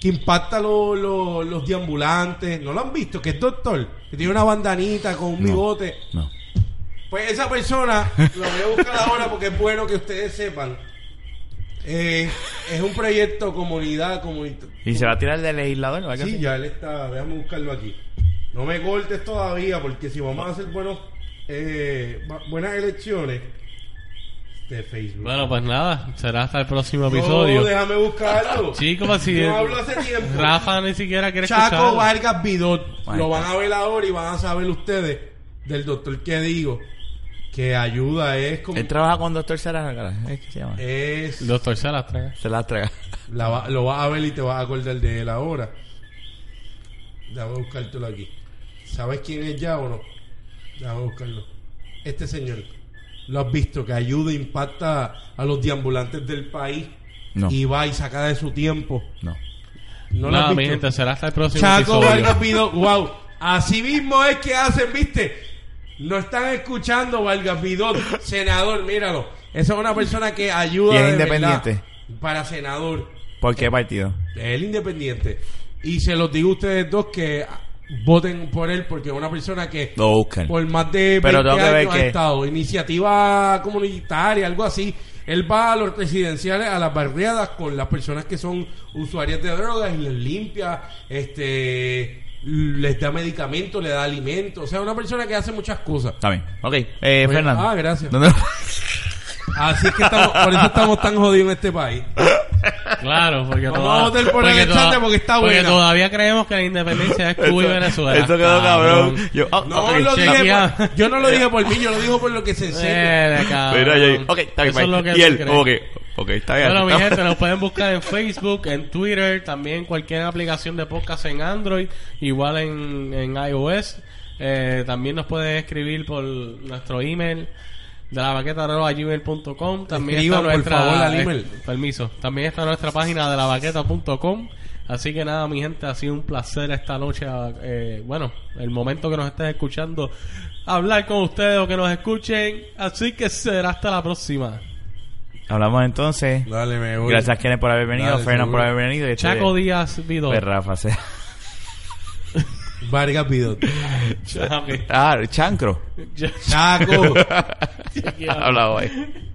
Speaker 3: que impacta lo- lo- los deambulantes, no lo han visto, que es doctor, que tiene una bandanita con un
Speaker 1: No.
Speaker 3: bigote.
Speaker 1: No.
Speaker 3: Pues esa persona, lo voy a buscar ahora porque es bueno que ustedes sepan. Eh, es un proyecto comunidad, comunidad.
Speaker 1: Y se va a tirar del legislador, ¿verdad? que
Speaker 3: Sí, ya él está. Déjame buscarlo aquí. No me cortes todavía, porque si vamos a hacer buenos, eh, bu- buenas elecciones de Facebook.
Speaker 2: Bueno, pues nada, será hasta el próximo
Speaker 3: No,
Speaker 2: episodio.
Speaker 3: déjame buscarlo.
Speaker 2: Chicos, así
Speaker 3: Yo
Speaker 2: es.
Speaker 3: hablo hace tiempo.
Speaker 2: Rafa ni siquiera quiere
Speaker 3: Chaco
Speaker 2: escucharlo.
Speaker 3: Vargas Vidot.
Speaker 1: Ahí está.
Speaker 3: Lo van a ver ahora y van a saber ustedes del doctor que digo. Que ayuda es como.
Speaker 1: Él trabaja con Doctor Sara, es que se llama.
Speaker 3: Eh. Es.
Speaker 2: Doctor se las trae.
Speaker 1: Se la traga.
Speaker 3: la va- lo vas a ver y te vas a acordar de él ahora. Déjame buscártelo aquí. ¿Sabes quién es ya o no? Déjame buscarlo. Este señor. Lo has visto que ayuda e impacta a los deambulantes del país.
Speaker 1: No.
Speaker 3: Y va y saca de su tiempo.
Speaker 1: No.
Speaker 3: No lo has
Speaker 2: nada, mi
Speaker 3: visto?
Speaker 2: gente, será hasta el próximo
Speaker 3: Chaco
Speaker 2: episodio.
Speaker 3: Vargas Vidot, wow. Así mismo es que hacen, viste. No están escuchando Vargas Vidot, senador, míralo. Esa es una persona que ayuda
Speaker 1: Y es
Speaker 3: de verdad
Speaker 1: independiente.
Speaker 3: para senador,
Speaker 1: ¿Por qué partido?
Speaker 3: él independiente. Y se los digo a ustedes dos que voten por él porque es una persona que
Speaker 1: Lo buscan.
Speaker 3: por más de 20
Speaker 1: Pero tengo que ver
Speaker 3: años ha
Speaker 1: que-
Speaker 3: estado iniciativa comunitaria, algo así. Él va a los residenciales, a las barriadas con las personas que son usuarias de drogas y les limpia, este les da medicamentos, le da alimentos, o sea, una persona que hace muchas cosas.
Speaker 1: Está bien. Ok. Eh,
Speaker 3: Oye,
Speaker 1: Fernando.
Speaker 3: ah, gracias.
Speaker 1: ¿Dónde lo-
Speaker 3: Así es que estamos, por eso estamos tan jodidos en este país.
Speaker 2: Claro, porque
Speaker 3: Vamos
Speaker 2: toda-
Speaker 3: a votar por
Speaker 2: porque
Speaker 3: Alexander
Speaker 2: toda-
Speaker 3: porque está
Speaker 2: Porque
Speaker 3: buena.
Speaker 2: todavía creemos que la independencia es Cuba y Venezuela.
Speaker 1: Esto quedó cabrón. Yo, ah,
Speaker 3: No
Speaker 1: ok.
Speaker 3: lo dije
Speaker 2: chequea.
Speaker 3: por- yo no lo dije por mí, yo lo digo por lo que se
Speaker 1: Eh.
Speaker 3: enseña.
Speaker 2: Mira, cabrón.
Speaker 1: Mira, yo- ok, está bien.
Speaker 2: Eso es lo
Speaker 1: bye.
Speaker 2: que
Speaker 1: y
Speaker 2: se
Speaker 1: él,
Speaker 2: cree.
Speaker 1: ok. Ok, está bien.
Speaker 2: Bueno, mi
Speaker 1: Estamos-
Speaker 2: gente, nos pueden buscar en Facebook, en Twitter, también cualquier aplicación de podcast en Android, igual en, en iOS. Eh, también nos pueden escribir por nuestro email de la gmail.com también
Speaker 3: Escriban, por
Speaker 2: está nuestra Eh,
Speaker 3: favor, al email.
Speaker 2: permiso también está nuestra página de la así que nada mi gente ha sido un placer esta noche eh, bueno el momento que nos estés escuchando hablar con ustedes o que nos escuchen así que será hasta la próxima
Speaker 1: Hablamos entonces.
Speaker 3: Dale, me voy.
Speaker 1: Gracias, Kenneth, por haber venido.
Speaker 3: Dale,
Speaker 1: Fernando, por
Speaker 3: seguro.
Speaker 1: haber venido. Y este-
Speaker 2: Chaco Díaz Vidor
Speaker 1: Pues Rafa, se-
Speaker 3: Vargas Vidot.
Speaker 2: Chame.
Speaker 1: Ah, chancro.
Speaker 2: Ya-
Speaker 3: Chaco.
Speaker 2: Uh. ya quiero-
Speaker 1: Hablado ahí.